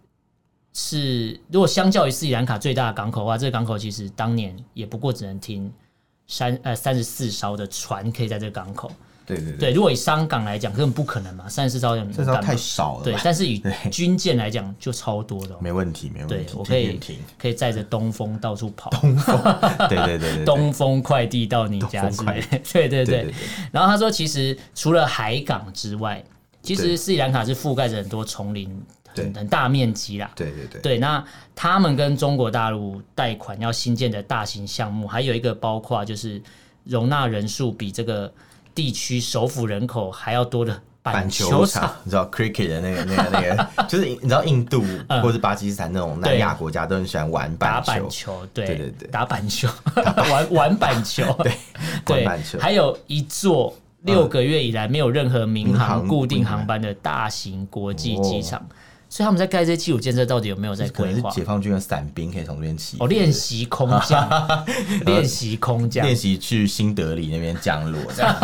[SPEAKER 1] 是，如果相较于斯里兰卡最大的港口的话，这个港口其实当年也不过只能停三呃三十四艘的船可以在这个港口。
[SPEAKER 2] 对对对，
[SPEAKER 1] 对，如果以商港来讲，根本不可能嘛，三十四艘人
[SPEAKER 2] 这招太少了
[SPEAKER 1] 对
[SPEAKER 2] 吧，？
[SPEAKER 1] 但是以
[SPEAKER 2] 对
[SPEAKER 1] 军舰来讲就超多的哦、
[SPEAKER 2] 没问题，没问
[SPEAKER 1] 对
[SPEAKER 2] 题，，
[SPEAKER 1] 我可
[SPEAKER 2] 天
[SPEAKER 1] 以
[SPEAKER 2] 天停。
[SPEAKER 1] 可以载着东风到处跑，
[SPEAKER 2] 对对对对对，
[SPEAKER 1] 东风快递到你家
[SPEAKER 2] 东
[SPEAKER 1] 之
[SPEAKER 2] 风
[SPEAKER 1] 类
[SPEAKER 2] 快
[SPEAKER 1] 的。 对对对
[SPEAKER 2] 对对。对，
[SPEAKER 1] 然后他说，其实除了海港之外，其实
[SPEAKER 2] 对
[SPEAKER 1] 斯里兰卡是覆盖着很多丛林，很
[SPEAKER 2] 对
[SPEAKER 1] 很大面积啦。
[SPEAKER 2] 对对对，
[SPEAKER 1] 对，那他们跟中国大陆贷款要新建的大型项目，还有一个包括就是容纳人数比这个地区首府人口还要多的
[SPEAKER 2] 板
[SPEAKER 1] 板
[SPEAKER 2] 球
[SPEAKER 1] 球
[SPEAKER 2] 场，你知道 cricket 的那个那个那个，就是你知道印度或者巴基斯坦那种南亚国家都很喜欢玩
[SPEAKER 1] 嗯打
[SPEAKER 2] 板
[SPEAKER 1] 板
[SPEAKER 2] 球，
[SPEAKER 1] 球，对
[SPEAKER 2] 对对对
[SPEAKER 1] 打板球，玩 玩板球， 对
[SPEAKER 2] 玩板球
[SPEAKER 1] 还有一座六个月以来没有任何民
[SPEAKER 2] 民
[SPEAKER 1] 航
[SPEAKER 2] 航
[SPEAKER 1] 固定航班的大型国际机
[SPEAKER 2] 哦
[SPEAKER 1] 场，所以他们在盖这些基础建设到底有没有在
[SPEAKER 2] 可
[SPEAKER 1] 规
[SPEAKER 2] 能是
[SPEAKER 1] 划？
[SPEAKER 2] 解放军的伞兵可以从这边起
[SPEAKER 1] 哦，
[SPEAKER 2] 飞
[SPEAKER 1] 练习空 降，练习空降
[SPEAKER 2] 练，习去新德里那边降落， 这样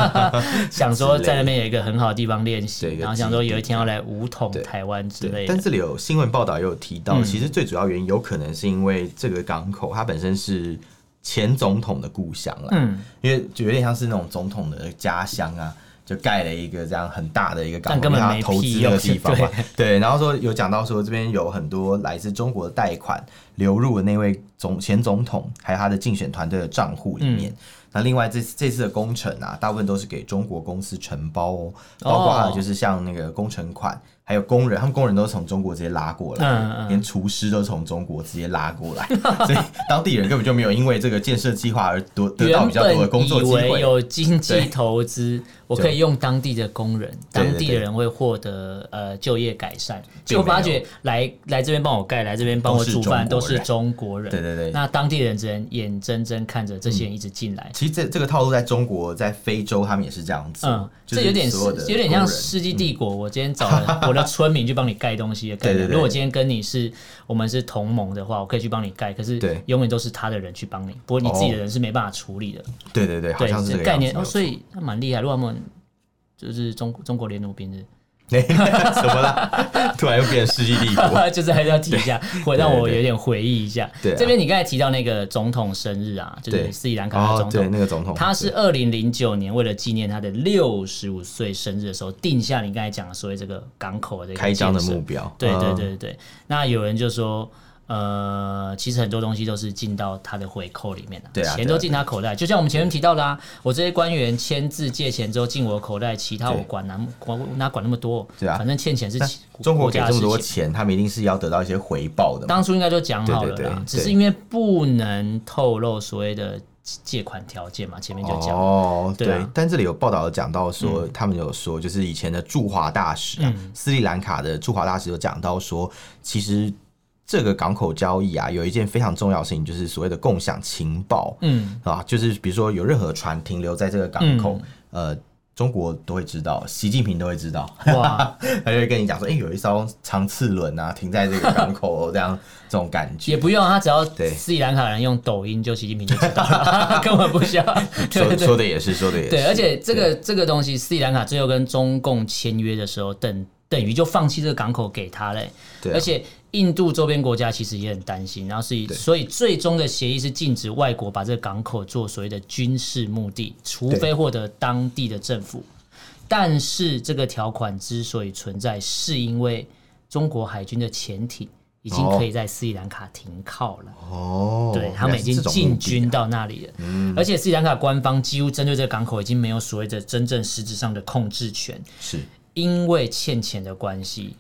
[SPEAKER 1] 想说在那边有一个很好的地方练习
[SPEAKER 2] 对，一个
[SPEAKER 1] 然后想说有一天要来武统台湾之类
[SPEAKER 2] 对，
[SPEAKER 1] 的嗯
[SPEAKER 2] 但。这里有新闻报道也有提到，其实最主要原因有可能是因为这个港口它本身是前总统的故乡啦，
[SPEAKER 1] 嗯，
[SPEAKER 2] 因为就有点像是那种总统的家乡啊。就盖了一个这样很大的一个港
[SPEAKER 1] 但
[SPEAKER 2] 口，
[SPEAKER 1] 根本
[SPEAKER 2] 因为
[SPEAKER 1] 没
[SPEAKER 2] 他投
[SPEAKER 1] 屁
[SPEAKER 2] 资那个
[SPEAKER 1] 用
[SPEAKER 2] 地方嘛。对，然后说有讲到说这边有很多来自中国的贷款流入了那位总前总统还有他的竞选团队的账户里面。
[SPEAKER 1] 嗯
[SPEAKER 2] 那另外这这次的工程啊，大部分都是给中国公司承包哦，包括还有就是像那个工程款，还有工人，他们工人都是从中国直接拉过来的，
[SPEAKER 1] 嗯嗯
[SPEAKER 2] 连厨师都是从中国直接拉过来， 所以当地人根本就没有因为这个建设计划而多得到
[SPEAKER 1] 原
[SPEAKER 2] 比较多的
[SPEAKER 1] 本
[SPEAKER 2] 工
[SPEAKER 1] 以
[SPEAKER 2] 作机
[SPEAKER 1] 为
[SPEAKER 2] 会。
[SPEAKER 1] 有经济
[SPEAKER 2] 对
[SPEAKER 1] 投 资，我可以用当地的工人，
[SPEAKER 2] 对对
[SPEAKER 1] 当地的人会获得呃就业改善。就
[SPEAKER 2] 没有
[SPEAKER 1] 发觉来来这边帮我盖，来这边帮我煮饭
[SPEAKER 2] 都
[SPEAKER 1] 都
[SPEAKER 2] 是
[SPEAKER 1] 是中国人。
[SPEAKER 2] 对对对
[SPEAKER 1] 那当地人只能眼睁睁看着这些人一直进来。
[SPEAKER 2] 其实这这个套路在中国，在非洲他们也是这样子，
[SPEAKER 1] 嗯，
[SPEAKER 2] 就
[SPEAKER 1] 这
[SPEAKER 2] 是
[SPEAKER 1] 有点
[SPEAKER 2] 所的
[SPEAKER 1] 有点像
[SPEAKER 2] 工
[SPEAKER 1] 《
[SPEAKER 2] 人嗯
[SPEAKER 1] 世纪帝国》我今天找 了我的村民去帮你盖东西的概
[SPEAKER 2] 对
[SPEAKER 1] 念。
[SPEAKER 2] 对对
[SPEAKER 1] 如果今天跟你是我们是同盟的话，我可以去帮你盖，可是
[SPEAKER 2] 对哦
[SPEAKER 1] 永远都是他的人去帮你，不过你自己的人是没办法处理的。
[SPEAKER 2] 对对对，好
[SPEAKER 1] 对，
[SPEAKER 2] 像是这
[SPEAKER 1] 这
[SPEAKER 2] 个
[SPEAKER 1] 概
[SPEAKER 2] 样
[SPEAKER 1] 念
[SPEAKER 2] 子
[SPEAKER 1] 哦，
[SPEAKER 2] 没
[SPEAKER 1] 所以那蛮厉害。如果他们就是中中国联奴兵 日，
[SPEAKER 2] 有错。什么啦？ 突然又变成世纪帝国，
[SPEAKER 1] 就是还是要提一下，会让我
[SPEAKER 2] 对对
[SPEAKER 1] 有点回忆一下。
[SPEAKER 2] 对啊
[SPEAKER 1] 这边你刚才提到那个总统生日啊，就是
[SPEAKER 2] 对
[SPEAKER 1] 斯里兰卡的
[SPEAKER 2] 哦
[SPEAKER 1] 总，
[SPEAKER 2] 对，
[SPEAKER 1] 统。
[SPEAKER 2] 那个总统，
[SPEAKER 1] 他是二零零九年为了纪念他的六十五岁生日的时候，定下你刚才讲的所谓这个港口的这个
[SPEAKER 2] 开张的
[SPEAKER 1] 建设
[SPEAKER 2] 目标，
[SPEAKER 1] 对对
[SPEAKER 2] 嗯
[SPEAKER 1] 对对对，那有人就说，呃，其实很多东西都是进到他的回扣里面的、
[SPEAKER 2] 对啊
[SPEAKER 1] 钱
[SPEAKER 2] 对啊
[SPEAKER 1] 都进他口袋。就像我们前面提到的啊，我这些官员签字借钱之后进我口袋，其他我
[SPEAKER 2] 对
[SPEAKER 1] 管哪管哪管那么多？
[SPEAKER 2] 对啊
[SPEAKER 1] 反正欠钱是
[SPEAKER 2] 那
[SPEAKER 1] 其
[SPEAKER 2] 中国给
[SPEAKER 1] 家
[SPEAKER 2] 这
[SPEAKER 1] 的
[SPEAKER 2] 么
[SPEAKER 1] 事
[SPEAKER 2] 多
[SPEAKER 1] 情。
[SPEAKER 2] 钱，他们一定是要得到一些回报的嘛。
[SPEAKER 1] 当初应该就讲好了啦，
[SPEAKER 2] 对对对
[SPEAKER 1] 只是
[SPEAKER 2] 对
[SPEAKER 1] 因为不能透露所谓的借款条件嘛，前面就讲。
[SPEAKER 2] 哦，
[SPEAKER 1] 对啊嗯
[SPEAKER 2] 但这里有报道讲到说，他们有说，就是以前的驻华大使、啊，斯里兰卡的驻华大使有讲到说，其实这个港口交易啊，有一件非常重要的事情，就是所谓的共享情报。
[SPEAKER 1] 嗯，
[SPEAKER 2] 啊，就是比如说有任何船停留在这个港口，呃，中国都会知道，习近平都会知道，
[SPEAKER 1] 哇，
[SPEAKER 2] 他就会跟你讲说，哎、有一艘长次轮啊停在这个港口、哦，这样这种感
[SPEAKER 1] 也
[SPEAKER 2] 觉。
[SPEAKER 1] 不用他，只要
[SPEAKER 2] 对
[SPEAKER 1] 斯里兰卡人用抖音就习近平就知道了， 根本不需要。对对
[SPEAKER 2] 说
[SPEAKER 1] 对
[SPEAKER 2] 说的也是，说的也是。
[SPEAKER 1] 对，而且这
[SPEAKER 2] 对
[SPEAKER 1] 个这个东西，斯里兰卡最后跟中共签约的时候，等等于就放弃这个港口给他嘞、
[SPEAKER 2] 对啊
[SPEAKER 1] 而且印度周边国家其实也很担心，然后是以
[SPEAKER 2] 对
[SPEAKER 1] 所以最终的协议是禁止外国把这个港口做所谓的军事目的，除
[SPEAKER 2] 对
[SPEAKER 1] 非获得当地的政府。但是这个条款之所以存在，是因为中国海军的潜艇已经可以在斯里兰卡停靠了。
[SPEAKER 2] 哦，
[SPEAKER 1] 对他们已经进军到那里了，
[SPEAKER 2] 嗯
[SPEAKER 1] 而且斯里兰卡官方几乎针对这个港口已经没有所谓的真正实质上的控制权，
[SPEAKER 2] 是
[SPEAKER 1] 因为欠钱的关系。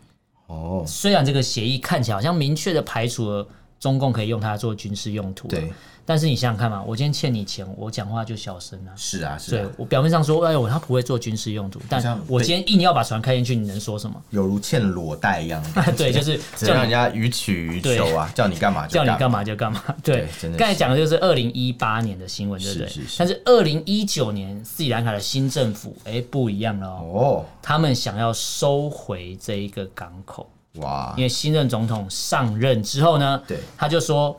[SPEAKER 2] 哦，
[SPEAKER 1] 虽然这个协议看起来好像明确的排除了中共可以用它做军事用途，
[SPEAKER 2] 对，
[SPEAKER 1] 但是你想想看嘛，我今天欠你钱，我讲话就小声啊。
[SPEAKER 2] 是啊，是
[SPEAKER 1] 对
[SPEAKER 2] 啊，
[SPEAKER 1] 我表面上说，哎呦，他不会做军事用途，但
[SPEAKER 2] 像
[SPEAKER 1] 我
[SPEAKER 2] 被
[SPEAKER 1] 今天硬要把船开进去，你能说什么？，
[SPEAKER 2] 有如欠裸贷一样的感 觉
[SPEAKER 1] 对，就是
[SPEAKER 2] 只能
[SPEAKER 1] 叫
[SPEAKER 2] 让
[SPEAKER 1] 你
[SPEAKER 2] 人家予取予求啊，叫你干嘛就
[SPEAKER 1] 叫你干
[SPEAKER 2] 嘛。
[SPEAKER 1] 嘛就干嘛。 对
[SPEAKER 2] 对真的，是
[SPEAKER 1] 刚才讲的就是二零一八年的新闻，对不对
[SPEAKER 2] 是是是？
[SPEAKER 1] 但是二零一九年斯里兰卡的新政府，哎，不一样了哦，
[SPEAKER 2] 哦，
[SPEAKER 1] 他们想要收回这一个港口，
[SPEAKER 2] 哇
[SPEAKER 1] 因，为新任总统上任之后呢，
[SPEAKER 2] 啊对
[SPEAKER 1] 他就说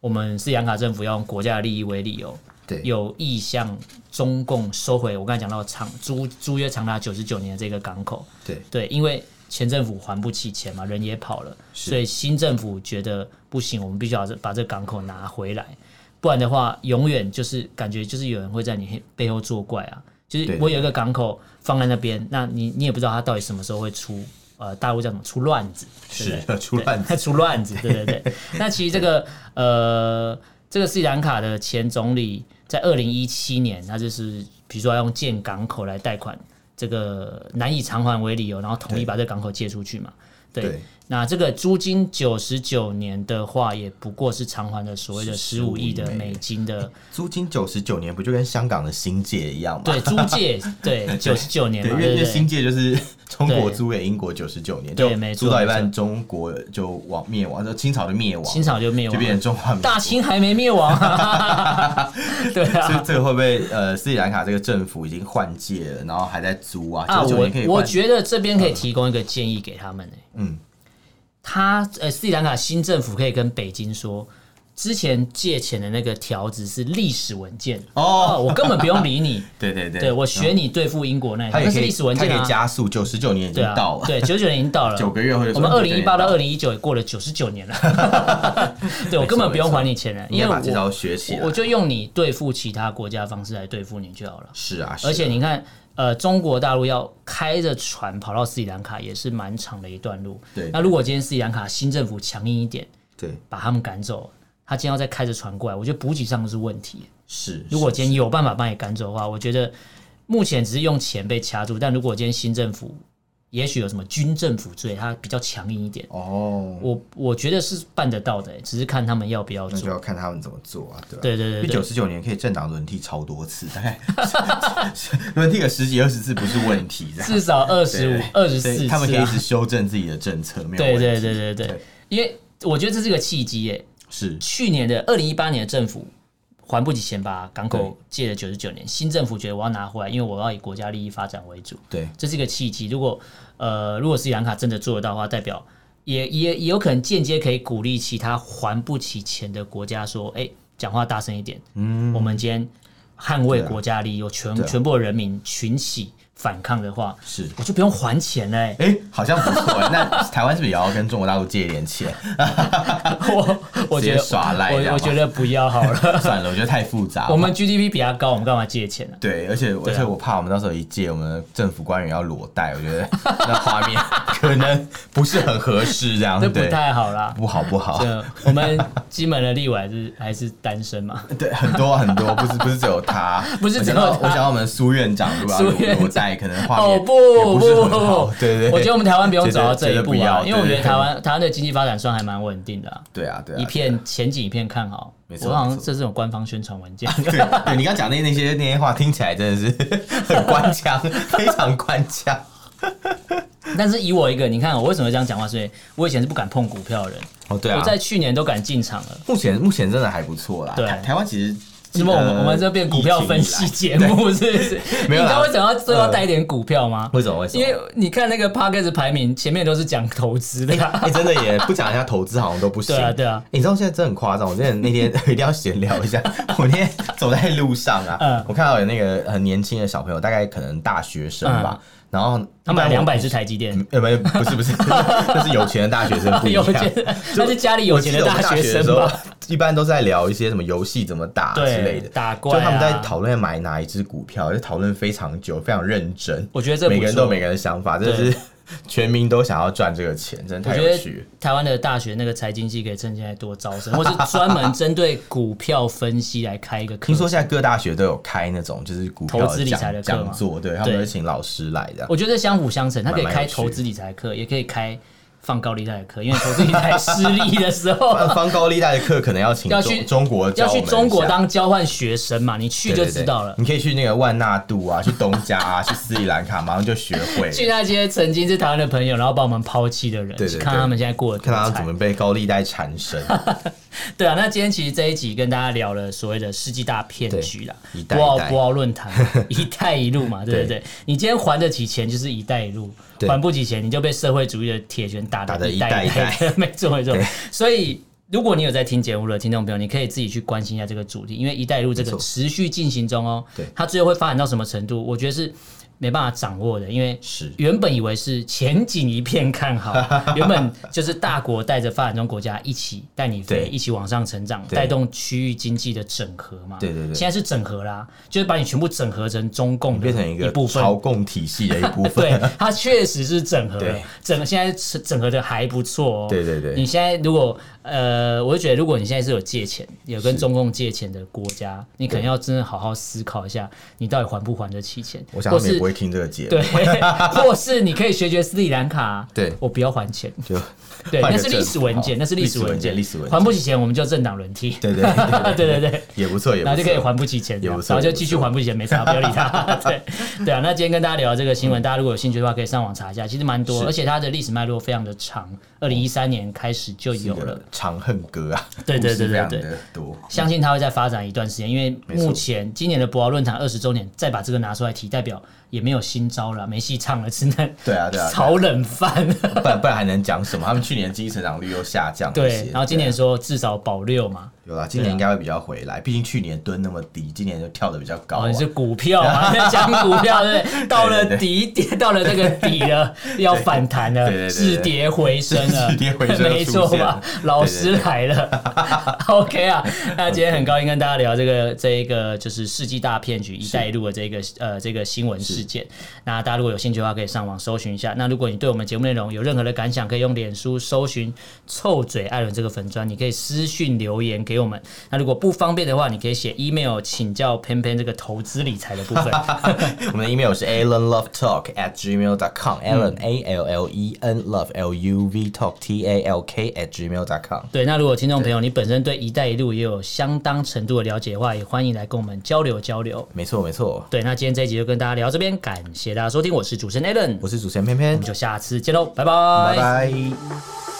[SPEAKER 1] 我们斯里兰卡政府要用国家的利益为理由。
[SPEAKER 2] 对，
[SPEAKER 1] 有意向中共收回我刚才讲到长租租约长达九十九年的这个港口，
[SPEAKER 2] 对，
[SPEAKER 1] 对，因为前政府还不起钱嘛，人也跑了，
[SPEAKER 2] 是
[SPEAKER 1] 所以新政府觉得不行，我们必须要把这港口拿回来，不然的话，永远就是感觉就是有人会在你背后作怪啊。就是
[SPEAKER 2] 对
[SPEAKER 1] 我有一个港口放在那边，那你你也不知道它到底什么时候会出。呃，大陆叫什么？出乱子，对不对
[SPEAKER 2] 是出乱
[SPEAKER 1] 子， 出乱子，对对 对。那其实这个呃，这个斯里兰卡的前总理在二零一七年，他就是比如说要用建港口来贷款，这个难以偿还为理由，然后同意把这个港口借出去嘛。对，
[SPEAKER 2] 对
[SPEAKER 1] 那这个租金九十九年的话，也不过是偿还了所谓的十五亿的美金的
[SPEAKER 2] 租金九十九年，不就跟香港的新界一样吗？
[SPEAKER 1] 对租借，对九十九年
[SPEAKER 2] 对，
[SPEAKER 1] 嘛，
[SPEAKER 2] 因
[SPEAKER 1] 对
[SPEAKER 2] 为因为
[SPEAKER 1] 对
[SPEAKER 2] 新
[SPEAKER 1] 对。
[SPEAKER 2] 界就是中
[SPEAKER 1] 对
[SPEAKER 2] 国租给英国九十九年，
[SPEAKER 1] 对
[SPEAKER 2] 就
[SPEAKER 1] 没错
[SPEAKER 2] 租到一
[SPEAKER 1] 没
[SPEAKER 2] 半，中国就亡灭亡，就清朝就灭亡，
[SPEAKER 1] 清朝就灭
[SPEAKER 2] 就
[SPEAKER 1] 亡
[SPEAKER 2] 变
[SPEAKER 1] 了，
[SPEAKER 2] 成中华民
[SPEAKER 1] 大清还没灭 亡、啊，对
[SPEAKER 2] 所以
[SPEAKER 1] 啊。
[SPEAKER 2] 这个会不会呃，斯里兰卡这个政府已经换届了，然后还在租啊？
[SPEAKER 1] 啊，
[SPEAKER 2] 九九
[SPEAKER 1] 我
[SPEAKER 2] 年可以
[SPEAKER 1] 我
[SPEAKER 2] 换，
[SPEAKER 1] 觉得这边可以提供一个建议给他们、欸、
[SPEAKER 2] 嗯，
[SPEAKER 1] 他呃，斯里兰卡新政府可以跟北京说，之前借钱的那个条子是历史文件啊
[SPEAKER 2] 哦
[SPEAKER 1] 我根本不用理你，
[SPEAKER 2] 对 对对，
[SPEAKER 1] 对我学你对付英国那一套，
[SPEAKER 2] 他也
[SPEAKER 1] 那
[SPEAKER 2] 可
[SPEAKER 1] 是
[SPEAKER 2] 以，
[SPEAKER 1] 历史文
[SPEAKER 2] 他
[SPEAKER 1] 件
[SPEAKER 2] 可以
[SPEAKER 1] 啊，
[SPEAKER 2] 加速，九十九年已经
[SPEAKER 1] 对啊
[SPEAKER 2] 到，了，
[SPEAKER 1] 对，九九年已经到了，
[SPEAKER 2] 九个月或者
[SPEAKER 1] 我们
[SPEAKER 2] 说
[SPEAKER 1] 二零一八到
[SPEAKER 2] 九
[SPEAKER 1] 二
[SPEAKER 2] 个月
[SPEAKER 1] 零一九也过了九十九年了， 对我根本不用还你钱了，
[SPEAKER 2] 你
[SPEAKER 1] 因
[SPEAKER 2] 要
[SPEAKER 1] 为
[SPEAKER 2] 把这招
[SPEAKER 1] 啊我
[SPEAKER 2] 学起来
[SPEAKER 1] 我。就用你对付其他国家的方式来对付你就好了。
[SPEAKER 2] 是啊，是啊
[SPEAKER 1] 而且你看，呃，中国大陆要开着船跑到斯里兰卡也是蛮长的一段路。
[SPEAKER 2] 对
[SPEAKER 1] 那如果今天斯里兰卡新政府强硬一点，
[SPEAKER 2] 对
[SPEAKER 1] 把他们赶走，他今天要再开着船过来，我觉得补给上是问题。
[SPEAKER 2] 是，
[SPEAKER 1] 如果
[SPEAKER 2] 是
[SPEAKER 1] 今天有办法把你赶走的话，我觉得目前只是用钱被掐住，但如果今天新政府也许有什么军政府之类，他比较强硬一点，
[SPEAKER 2] 哦，
[SPEAKER 1] 我我觉得是办得到的、只是看他们要不要
[SPEAKER 2] 那就
[SPEAKER 1] 做。
[SPEAKER 2] 要看他们怎么做啊，对吧？
[SPEAKER 1] 对对
[SPEAKER 2] 因
[SPEAKER 1] 对
[SPEAKER 2] 为
[SPEAKER 1] 对
[SPEAKER 2] 九，十九年可以政党轮替超多次，大概 轮替个十几二十次不是问题，这样
[SPEAKER 1] 至少二十
[SPEAKER 2] 对
[SPEAKER 1] 五
[SPEAKER 2] 对、
[SPEAKER 1] 二十四
[SPEAKER 2] 对
[SPEAKER 1] 次、啊，
[SPEAKER 2] 他们可以一直修正自己的政策，没有
[SPEAKER 1] 对
[SPEAKER 2] 问
[SPEAKER 1] 对
[SPEAKER 2] 题。
[SPEAKER 1] 对对对
[SPEAKER 2] 对
[SPEAKER 1] 因为我觉得这是个契机耶、
[SPEAKER 2] 是
[SPEAKER 1] 去年的二零一八年的政府还不起钱，把港口借了九十九年，新政府觉得我要拿回来，因为我要以国家利益发展为主，
[SPEAKER 2] 对，
[SPEAKER 1] 这是一个契机。如果呃，如果斯里兰卡真的做得到的话，代表也也也有可能间接可以鼓励其他还不起钱的国家说，哎、讲话大声一点，嗯，我们今天捍卫
[SPEAKER 2] 对啊
[SPEAKER 1] 国家利益，有全、
[SPEAKER 2] 对啊
[SPEAKER 1] 全部的人民群起反抗的话，
[SPEAKER 2] 是。
[SPEAKER 1] 我就不用还钱嘞、
[SPEAKER 2] 哎、好像不错。那台湾是不是也要跟中国大陆借一 点钱？
[SPEAKER 1] 我 我觉得
[SPEAKER 2] 直接耍赖这样
[SPEAKER 1] 我我
[SPEAKER 2] 吗
[SPEAKER 1] 觉得不要好 了。
[SPEAKER 2] 算了，我觉得太复杂了。
[SPEAKER 1] 我们 GDP 比他高，我们干嘛借钱呢、
[SPEAKER 2] 对，而且、而
[SPEAKER 1] 啊
[SPEAKER 2] 且我怕我们到时候一借，我们政府官员要裸贷，我 觉得那画面可能不是很合适，这样
[SPEAKER 1] 这
[SPEAKER 2] 对
[SPEAKER 1] 不太啊好啦。
[SPEAKER 2] 不好不好。
[SPEAKER 1] 这我们金门的立委还是还是单身 嘛，
[SPEAKER 2] 对，很多很 多，不是不是只有他，
[SPEAKER 1] 不是
[SPEAKER 2] 我
[SPEAKER 1] 只有
[SPEAKER 2] 想到
[SPEAKER 1] 他
[SPEAKER 2] 我想到我们苏院长如果要
[SPEAKER 1] 苏院长
[SPEAKER 2] 裸贷，可能画
[SPEAKER 1] 哦
[SPEAKER 2] 面
[SPEAKER 1] 不
[SPEAKER 2] 也不是很好
[SPEAKER 1] 不，
[SPEAKER 2] 对对对
[SPEAKER 1] 我觉得我们台湾不用走到
[SPEAKER 2] 觉
[SPEAKER 1] 这
[SPEAKER 2] 得
[SPEAKER 1] 一步
[SPEAKER 2] 觉得不
[SPEAKER 1] 啊，
[SPEAKER 2] 要
[SPEAKER 1] 因为我觉
[SPEAKER 2] 对
[SPEAKER 1] 得台湾台湾的经济发展算还蛮稳定的啊、
[SPEAKER 2] 对啊对啊，
[SPEAKER 1] 一片前景一片看好。
[SPEAKER 2] 没错
[SPEAKER 1] 我好像
[SPEAKER 2] 没错
[SPEAKER 1] 这是有官方宣传文件，
[SPEAKER 2] 对，对你刚讲那那些那些话，听起来真的是很官腔，非常官 腔。
[SPEAKER 1] 但是以我一个，你看我为什么会这样讲话？所以我以前是不敢碰股票的人，
[SPEAKER 2] 哦，对
[SPEAKER 1] 我在去年都敢进场了。
[SPEAKER 2] 目前目前真的还不错啦。
[SPEAKER 1] 对
[SPEAKER 2] 台台湾其实
[SPEAKER 1] 什么？我们
[SPEAKER 2] 呃
[SPEAKER 1] 我们这变股票分析
[SPEAKER 2] 疫情以
[SPEAKER 1] 节目是不是？
[SPEAKER 2] 没有
[SPEAKER 1] 你知
[SPEAKER 2] 啦嗯
[SPEAKER 1] 道为什么要最后带一点股票吗
[SPEAKER 2] 来，？为什么为什
[SPEAKER 1] 因
[SPEAKER 2] 么？
[SPEAKER 1] 为你看那个 p a c k a g e 排名前面都是讲投资的、啊，
[SPEAKER 2] 哎、真的耶，不讲一下投资好像都不行。
[SPEAKER 1] 对啊对啊
[SPEAKER 2] 哎你知道现在真的很夸张，我之前那天 一定要闲聊一下。我那天走在路上啊，
[SPEAKER 1] 嗯
[SPEAKER 2] 我看到有那个很年轻的小朋友，大概可能大学生吧，然后
[SPEAKER 1] 嗯他买两
[SPEAKER 2] 百。
[SPEAKER 1] 百只台积 电，哎
[SPEAKER 2] 呃，没，不是不是，那是有钱的大学生不一
[SPEAKER 1] 有
[SPEAKER 2] 样。
[SPEAKER 1] 钱那是家里有
[SPEAKER 2] 我记
[SPEAKER 1] 钱
[SPEAKER 2] 得
[SPEAKER 1] 的
[SPEAKER 2] 我们
[SPEAKER 1] 学
[SPEAKER 2] 学的
[SPEAKER 1] 生
[SPEAKER 2] 时候
[SPEAKER 1] 吧？，
[SPEAKER 2] 一般都在聊一些什么游戏怎么打之类
[SPEAKER 1] 对，
[SPEAKER 2] 的。
[SPEAKER 1] 打怪、
[SPEAKER 2] 就
[SPEAKER 1] 啊、
[SPEAKER 2] 他们在讨论买哪一只股票，就讨论非常久，非常认真。
[SPEAKER 1] 我觉得这不
[SPEAKER 2] 每个人都有
[SPEAKER 1] 错。
[SPEAKER 2] 每个人的想法，真的是全民都想要赚这个钱，真的
[SPEAKER 1] 我
[SPEAKER 2] 太
[SPEAKER 1] 觉
[SPEAKER 2] 有
[SPEAKER 1] 得
[SPEAKER 2] 趣了。
[SPEAKER 1] 台湾的大学那个财经系可以趁现在多招生，或是专门针对股票分析来开一个课
[SPEAKER 2] 听。说现在各大学都有开那种就是股票
[SPEAKER 1] 投资理财的
[SPEAKER 2] 讲
[SPEAKER 1] 课吗
[SPEAKER 2] 讲座，对他们
[SPEAKER 1] 对
[SPEAKER 2] 会请老师来的。
[SPEAKER 1] 我觉得相辅相成，他可以
[SPEAKER 2] 蛮蛮有
[SPEAKER 1] 开
[SPEAKER 2] 趣
[SPEAKER 1] 投资理财课，也可以开放高利贷的课，因为投资理财失利的 时候，
[SPEAKER 2] 呃方高利贷的课可能要请
[SPEAKER 1] 要
[SPEAKER 2] 中
[SPEAKER 1] 去
[SPEAKER 2] 中国教
[SPEAKER 1] 要
[SPEAKER 2] 我
[SPEAKER 1] 去
[SPEAKER 2] 们一
[SPEAKER 1] 中国
[SPEAKER 2] 下
[SPEAKER 1] 当交换学生嘛，你去就
[SPEAKER 2] 对对对
[SPEAKER 1] 知道了。
[SPEAKER 2] 你可以去那个万纳度啊，去东 加啊，去斯里兰卡，马上就学会了。
[SPEAKER 1] 去那些曾经是台湾的朋友，然后把我们抛弃的人，
[SPEAKER 2] 对对
[SPEAKER 1] 去
[SPEAKER 2] 对
[SPEAKER 1] 看他们现在过得
[SPEAKER 2] 看
[SPEAKER 1] 多
[SPEAKER 2] 他
[SPEAKER 1] 惨
[SPEAKER 2] 怎么被高利贷缠 身，
[SPEAKER 1] 对啊，那今天其实这一集跟大家聊了所谓的世纪大骗局啦，
[SPEAKER 2] 对一带
[SPEAKER 1] 博鳌
[SPEAKER 2] 一带
[SPEAKER 1] 博鳌论 坛，一带一路嘛，对不对？你今天还得起钱就是一带一路，
[SPEAKER 2] 对
[SPEAKER 1] 还不起钱你就被社会主义的铁拳打
[SPEAKER 2] 打
[SPEAKER 1] 得
[SPEAKER 2] 得
[SPEAKER 1] 一
[SPEAKER 2] 一带
[SPEAKER 1] 带
[SPEAKER 2] 一
[SPEAKER 1] 带， 没错没错。所以如果你有在听节目的听众朋友，你可以自己去关心一下这个主题，因为一带一路这
[SPEAKER 2] 没
[SPEAKER 1] 个
[SPEAKER 2] 错
[SPEAKER 1] 持续进行中哦
[SPEAKER 2] 对，
[SPEAKER 1] 它最后会发展到什么程度？我觉得是。没办法掌握的，因为
[SPEAKER 2] 是
[SPEAKER 1] 原本以为是前景一片看 好，原本就是大国带着发展中国家一起带你飞，
[SPEAKER 2] 对
[SPEAKER 1] 一起往上成长，
[SPEAKER 2] 对
[SPEAKER 1] 带动区域经济的整合嘛。
[SPEAKER 2] 对对对
[SPEAKER 1] 现在是整合啦，就是把你全部整合成中共的
[SPEAKER 2] 变成一个
[SPEAKER 1] 部分。
[SPEAKER 2] 朝贡体系的一部分。
[SPEAKER 1] 对，它确实是整合了
[SPEAKER 2] 对，
[SPEAKER 1] 整现在是整合的还不错哦。
[SPEAKER 2] 对对对
[SPEAKER 1] 你现在如果呃，我就觉得如果你现在是有借钱，有跟中共借钱的国家，你可能要真的好好思考一下，你到底还不还得起钱，
[SPEAKER 2] 我想
[SPEAKER 1] 或
[SPEAKER 2] 他们也
[SPEAKER 1] 是
[SPEAKER 2] 不会听这个节目
[SPEAKER 1] 对，， 或是你可以学学斯里兰卡，
[SPEAKER 2] 对
[SPEAKER 1] 我不要还钱，
[SPEAKER 2] 就
[SPEAKER 1] 对，
[SPEAKER 2] 换
[SPEAKER 1] 那
[SPEAKER 2] 个
[SPEAKER 1] 是
[SPEAKER 2] 政
[SPEAKER 1] 历
[SPEAKER 2] 府
[SPEAKER 1] 史文件，
[SPEAKER 2] 好
[SPEAKER 1] 那是历史
[SPEAKER 2] 历史文
[SPEAKER 1] 件，
[SPEAKER 2] 件历史文件
[SPEAKER 1] 还不起钱我们就政党轮替，
[SPEAKER 2] 对 对对
[SPEAKER 1] 对对对。
[SPEAKER 2] 也不错，也不错
[SPEAKER 1] 然后就可以还不起钱，
[SPEAKER 2] 也不
[SPEAKER 1] 然
[SPEAKER 2] 错
[SPEAKER 1] 后就继续还不起钱，没 差，不要理他。对对啊，那今天跟大家聊这个新闻，大家如果有兴趣的话，可以上网查一下，其实蛮多，
[SPEAKER 2] 是
[SPEAKER 1] 而且它的历史脉络非常的长，二零一三年开始就有
[SPEAKER 2] 这
[SPEAKER 1] 了
[SPEAKER 2] 个。长恨歌啊，
[SPEAKER 1] 对对
[SPEAKER 2] 故事
[SPEAKER 1] 对对
[SPEAKER 2] 非常的多。
[SPEAKER 1] 相信它会再发展一段时间，因为
[SPEAKER 2] 没错
[SPEAKER 1] 目前今年的博鳌论坛二十周年，再把这个拿出来提，代表也没有新招了，没戏唱了，只能
[SPEAKER 2] 对啊 对啊对啊
[SPEAKER 1] 炒冷饭。
[SPEAKER 2] 不然不然还能讲什么？他们去年经济成长率又下降一些，
[SPEAKER 1] 对，然后今年说至少保六嘛，
[SPEAKER 2] 有啦，今
[SPEAKER 1] 啊
[SPEAKER 2] 年应该会比较回来，毕竟去年蹲那么低，今年就跳的比较
[SPEAKER 1] 哦，
[SPEAKER 2] 高、啊
[SPEAKER 1] 你。是股票嘛，在讲股票对不对？到了底点，到了这个底 了，要反弹了
[SPEAKER 2] 对对，对
[SPEAKER 1] 止
[SPEAKER 2] 对
[SPEAKER 1] 跌回升了，
[SPEAKER 2] 止跌回升又
[SPEAKER 1] 没错
[SPEAKER 2] 出现
[SPEAKER 1] 吧
[SPEAKER 2] 了？
[SPEAKER 1] 老师来了 ，OK 啊，那今天很高兴跟大家聊这个这一个就是世纪大骗局“一带一路”的这个呃这个新闻事件。那大家如果有兴趣的话，可以上网搜寻一下。那如果你对我们节目内容有任何的感想，可以用脸书搜寻“臭嘴艾伦”这个粉砖，你可以私讯留言给我们。那如果不方便的话，你可以写 email 请教偏偏这个投资理财的部分。
[SPEAKER 2] 我们的 email 是 alanlovetalk at gmail dot
[SPEAKER 1] 嗯
[SPEAKER 2] com，alan a l l e n love l u v talk t a l k at gmail dot com。
[SPEAKER 1] 对，那如果听众朋友你本身对“一带一路”也有相当程度的了解的话，也欢迎来跟我们交流交流。
[SPEAKER 2] 没错没错，
[SPEAKER 1] 对，那今天这一集就跟大家聊到这边，感谢大家收听，我是主持人 Allen，我
[SPEAKER 2] 我是主持人偏偏
[SPEAKER 1] 们，就下次见喽，拜
[SPEAKER 2] 拜拜。